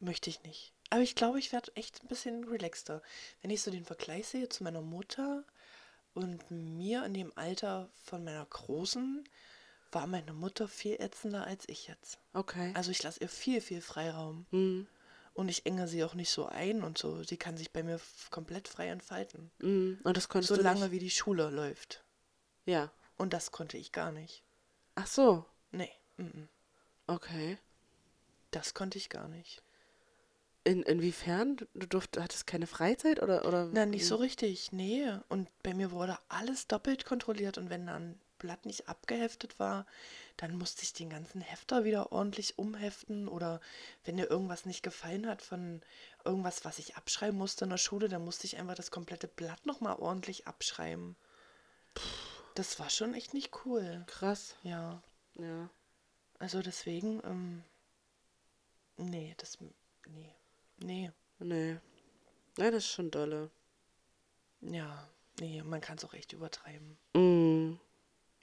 möchte ich nicht. Aber ich glaube, ich werde echt ein bisschen relaxter. Wenn ich so den Vergleich sehe zu meiner Mutter und mir in dem Alter von meiner Großen, war meine Mutter viel ätzender als ich jetzt.
*laughs* Okay.
Also ich lasse ihr viel, viel Freiraum.
Mhm.
Und ich enge sie auch nicht so ein und so. Sie kann sich bei mir f- komplett frei entfalten.
Mhm. Und das konntest
So
du
lange
Nicht?
wie die Schule läuft.
Ja.
Und das konnte ich gar nicht.
Ach so.
Nee, mhm.
Okay.
das konnte ich gar nicht.
In, inwiefern? Du du durft, hattest keine Freizeit oder? oder?
Na, nicht so richtig, nee. Und bei mir wurde alles doppelt kontrolliert. Und wenn dann ein Blatt nicht abgeheftet war, dann musste ich den ganzen Hefter wieder ordentlich umheften. Oder wenn dir irgendwas nicht gefallen hat von irgendwas, was ich abschreiben musste in der Schule, dann musste ich einfach das komplette Blatt nochmal ordentlich abschreiben. Das war schon echt nicht cool.
Krass.
Ja,
Ja.
also deswegen, ähm, nee, das, nee, nee.
Nee. Ja, das ist schon dolle.
Ja, nee, man kann es auch echt übertreiben.
Mhm.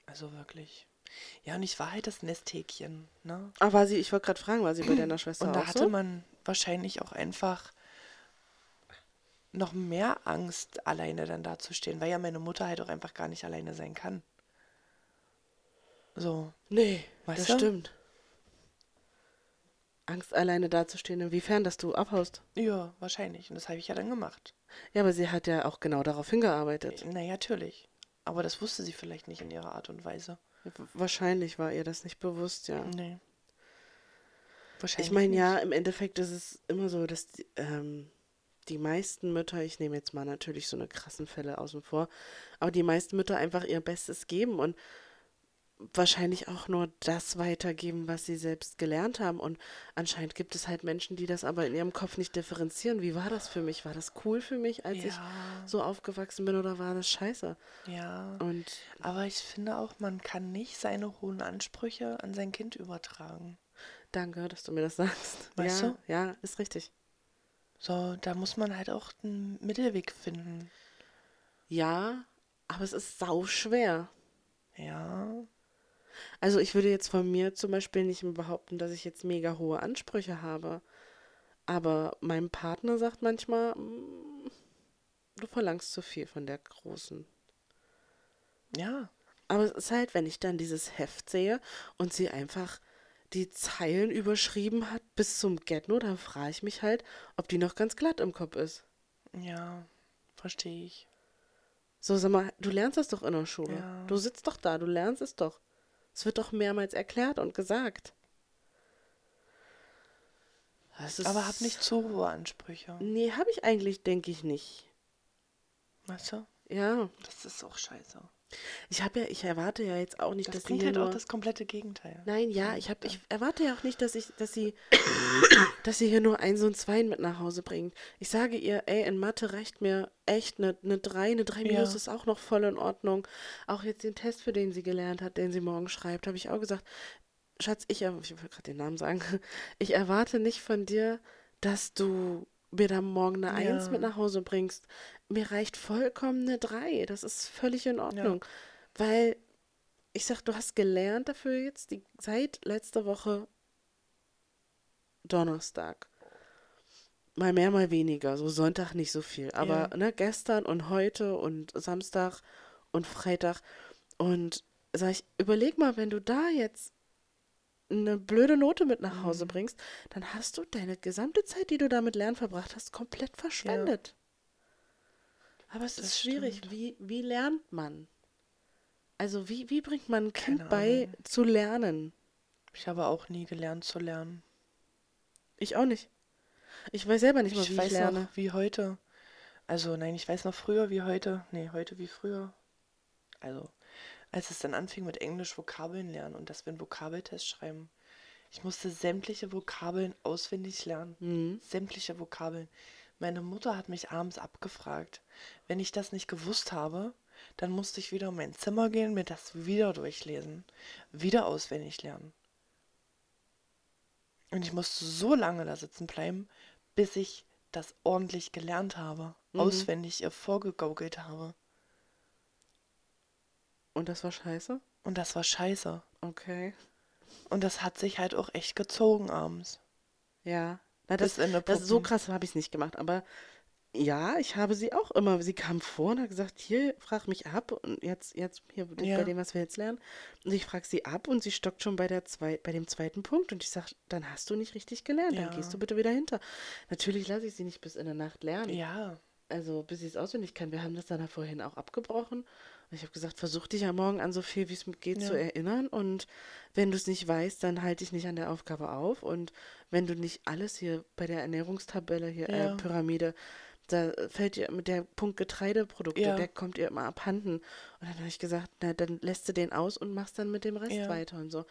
Also wirklich. Ja, und ich war halt das Nesthäkchen, ne?
Ah, war sie, ich wollte gerade fragen, war sie bei
*clears throat*
deiner Schwester
Und da
auch
hatte
so?
man wahrscheinlich auch einfach noch mehr Angst, alleine dann dazustehen, weil ja meine Mutter halt auch einfach gar nicht alleine sein kann. So,
Nee,
Weißt
das
du?
stimmt. Angst, alleine dazustehen, inwiefern, dass du abhaust.
ja, wahrscheinlich. Und das habe ich ja dann gemacht.
Ja, aber sie hat ja auch genau darauf hingearbeitet.
Naja, natürlich. Aber das wusste sie vielleicht nicht in ihrer Art und Weise.
W- Wahrscheinlich war ihr das nicht bewusst, ja.
Nee. Wahrscheinlich.
Ich meine,
nicht.
ja, im Endeffekt ist es immer so, dass die, ähm, die meisten Mütter, ich nehme jetzt mal natürlich so eine krassen Fälle außen vor, aber die meisten Mütter einfach ihr Bestes geben und wahrscheinlich auch nur das weitergeben, was sie selbst gelernt haben. Und anscheinend gibt es halt Menschen, die das aber in ihrem Kopf nicht differenzieren. Wie war das für mich? War das cool für mich, als ich
Ja.
so aufgewachsen bin oder war das scheiße?
Ja.
Und
Aber ich finde auch, man kann nicht seine hohen Ansprüche an sein Kind übertragen.
danke, dass du mir das sagst.
Weißt
ja,
du?
ja, ist richtig.
So, da muss man halt auch einen Mittelweg finden.
Ja, aber es ist sau schwer.
Ja.
Also ich würde jetzt von mir zum Beispiel nicht behaupten, dass ich jetzt mega hohe Ansprüche habe. Aber mein Partner sagt manchmal, "Mm, du verlangst zu viel von der Großen.
Ja.
Aber es ist halt, wenn ich dann dieses Heft sehe und sie einfach die Zeilen überschrieben hat bis zum Getno, dann frage ich mich halt, ob die noch ganz glatt im Kopf ist.
Ja. Verstehe ich.
So, sag mal, du lernst das doch in der Schule.
Ja.
Du sitzt doch da, du lernst es doch. Es wird doch mehrmals erklärt und gesagt. Das ist-
Aber hab nicht zu hohe Ansprüche.
Nee, habe ich eigentlich, denke ich nicht.
Weißt du?
Ja,
Das ist auch scheiße.
ich habe ja, ich erwarte ja jetzt auch nicht,
Das,
dass sie
bringt
hier
halt auch
nur-
das komplette Gegenteil.
Nein, ja, ich, hab, ich erwarte ja auch nicht, dass, ich, dass, sie, dass sie hier nur eins und Zweien mit nach Hause bringt. Ich sage ihr, ey, in Mathe reicht mir echt eine ne Drei, eine Drei
Ja.
Minus ist auch noch voll in Ordnung. Auch jetzt den Test, für den sie gelernt hat, den sie morgen schreibt, habe ich auch gesagt, Schatz, ich, er- ich wollte gerade den Namen sagen, *laughs* ich erwarte nicht von dir, dass du mir dann morgen eine
Ja.
Eins mit nach Hause bringst. Mir reicht vollkommen eine Drei, das ist völlig in Ordnung. Weil ich sag, du hast gelernt dafür jetzt die, seit letzter Woche Donnerstag. Mal mehr, mal weniger. So Sonntag nicht so viel. Aber
Ja.
ne, gestern und heute und Samstag und Freitag. Und sag ich, überleg mal, wenn du da jetzt eine blöde Note mit nach Hause
Mhm.
bringst, dann hast du deine gesamte Zeit, die du damit Lernen verbracht hast, komplett verschwendet. Aber es
Das
ist schwierig.
stimmt.
Wie, wie lernt man? Also wie, wie bringt man ein Kind
Keine
bei zu lernen?
Ich habe auch nie gelernt zu lernen.
Ich auch nicht. Ich weiß selber nicht
Ich,
mal, wie ich,
weiß
lerne.
noch wie heute. Also nein, ich weiß noch früher wie heute. Nee, heute wie früher. Also, als es dann anfing mit Englisch Vokabeln lernen und dass wir einen Vokabeltest schreiben. Ich musste sämtliche Vokabeln auswendig lernen.
Mhm.
Sämtliche Vokabeln. Meine Mutter hat mich abends abgefragt. Wenn ich das nicht gewusst habe, dann musste ich wieder in mein Zimmer gehen, mir das wieder durchlesen, wieder auswendig lernen. Und ich musste so lange da sitzen bleiben, bis ich das ordentlich gelernt habe, auswendig ihr vorgegaukelt habe.
Und das war scheiße?
Und das war scheiße.
Okay.
Und das hat sich halt auch echt gezogen abends.
Ja. Na, das,
Bis in die
das so
Puppen.
krass habe ich es nicht gemacht, aber ja, ich habe sie auch immer. Sie kam vor und hat gesagt, hier, frag mich ab und jetzt, jetzt hier
Ja.
bei dem, was wir jetzt lernen. Und ich frage sie ab und sie stockt schon bei der zwei, bei dem zweiten Punkt und ich sage, dann hast du nicht richtig gelernt,
Ja.
dann gehst du bitte wieder hinter. Natürlich lasse ich sie nicht bis in der Nacht lernen.
Ja,
Also bis sie es auswendig kann. Wir haben das dann vorhin auch abgebrochen. Und ich habe gesagt, versuch dich am Morgen an so viel, wie es mit geht,
Ja.
zu erinnern. Und wenn du es nicht weißt, dann halte dich nicht an der Aufgabe auf. Und wenn du nicht alles hier bei der Ernährungstabelle, hier
Ja.
äh, Pyramide, da fällt dir mit der Punkt Getreideprodukte,
Ja.
der kommt ihr immer abhanden. Und dann habe ich gesagt, na, dann lässt du den aus und machst dann mit dem Rest
Ja.
weiter und so.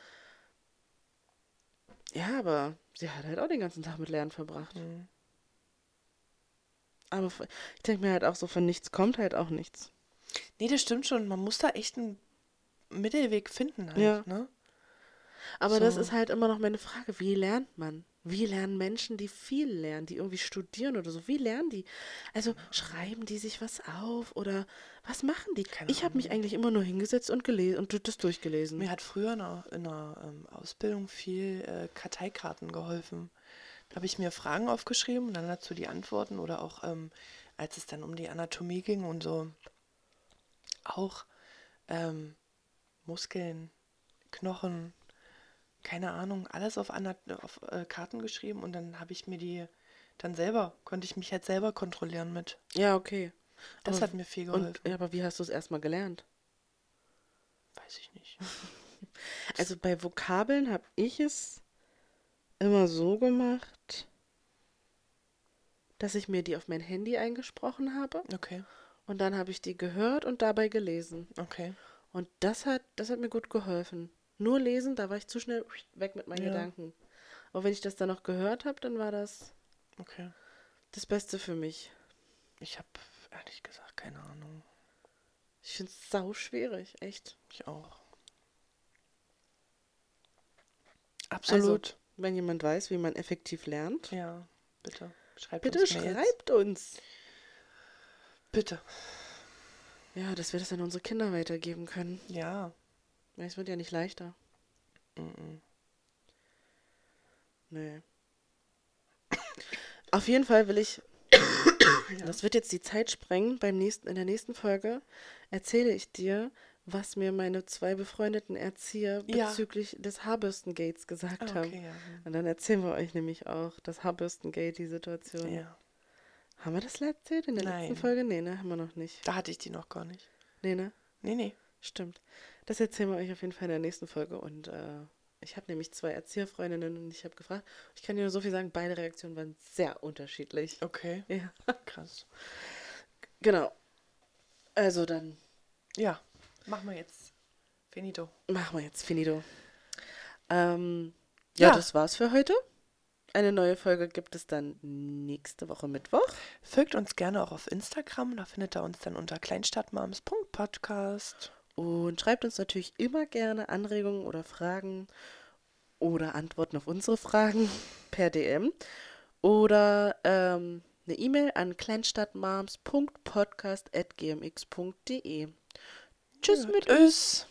Ja, aber sie hat halt auch den ganzen Tag mit Lernen verbracht.
Mhm.
Aber f- ich denke mir halt auch so, von nichts kommt halt auch nichts.
nee, das stimmt schon. Man muss da echt einen Mittelweg finden halt,
Ja.
ne?
Aber das
So.
ist halt immer noch meine Frage, wie lernt man? Wie lernen Menschen, die viel lernen, die irgendwie studieren oder so? Wie lernen die? Also schreiben die sich was auf oder was machen die?
Keine
ich habe mich eigentlich immer nur hingesetzt und gelesen und du- das durchgelesen.
Mir hat früher in der, in der ähm, Ausbildung viel äh, Karteikarten geholfen. Da habe ich mir Fragen aufgeschrieben und dann dazu die Antworten oder auch, ähm, als es dann um die Anatomie ging und so, auch ähm, Muskeln, Knochen, keine Ahnung, alles auf, Ana auf äh, Karten geschrieben und dann habe ich mir die dann selber, konnte ich mich halt selber kontrollieren mit.
Ja, okay.
Das
Aber-
hat mir viel geholfen.
Und, ja, aber wie hast du es erstmal gelernt?
Weiß ich nicht.
Also bei Vokabeln habe ich es immer so gemacht, dass ich mir die auf mein Handy eingesprochen habe
Okay,
und dann habe ich die gehört und dabei gelesen.
okay.
Und das hat, das hat mir gut geholfen. Nur lesen, da war ich zu schnell weg mit meinen
Ja.
Gedanken. Aber wenn ich das dann noch gehört habe, dann war das
Okay.
das Beste für mich.
Ich habe ehrlich gesagt keine Ahnung.
Ich finde es sau schwierig, echt.
Ich auch. Absolut.
Also, Wenn jemand weiß, wie man effektiv lernt,
Also, ja, bitte. Schreibt
bitte
uns Mails.
schreibt uns.
Bitte.
Ja, dass wir das an unsere Kinder weitergeben können.
Ja.
Weil Es wird ja nicht leichter. Nee. Auf jeden Fall will
*coughs*
ich, das wird jetzt die Zeit sprengen, beim nächsten, in der nächsten Folge erzähle ich dir, was mir meine zwei befreundeten Erzieher
Ja.
bezüglich des Haarbürstengates gesagt
Ah,
haben.
okay, ja.
Und dann erzählen wir euch nämlich auch das Haarbürstengate, die Situation.
ja.
Haben wir das erzählt in der
Nein.
letzten Folge? Nee, ne? Haben wir noch nicht.
Da hatte ich die noch gar nicht.
Nee, ne?
Nee, nee.
Stimmt. Das erzählen wir euch auf jeden Fall in der nächsten Folge. Und äh, ich habe nämlich zwei Erzieherfreundinnen und ich habe gefragt. Ich kann dir nur so viel sagen, beide Reaktionen waren sehr unterschiedlich.
*laughs* Okay.
Ja,
Krass.
genau. Also dann
Ja. Machen wir jetzt. Finito.
machen wir jetzt finito. Ähm, ja,
Ja.
das war's für heute. Eine neue Folge gibt es dann nächste Woche Mittwoch.
Folgt uns gerne auch auf Instagram. Da findet ihr uns dann unter kleinstadtmoms.podcast.
Und schreibt uns natürlich immer gerne Anregungen oder Fragen oder Antworten auf unsere Fragen *laughs* per DM oder ähm, eine E-Mail an kleinstadtmoms.podcast.gmx.de. E. Tschüss mit
Ös.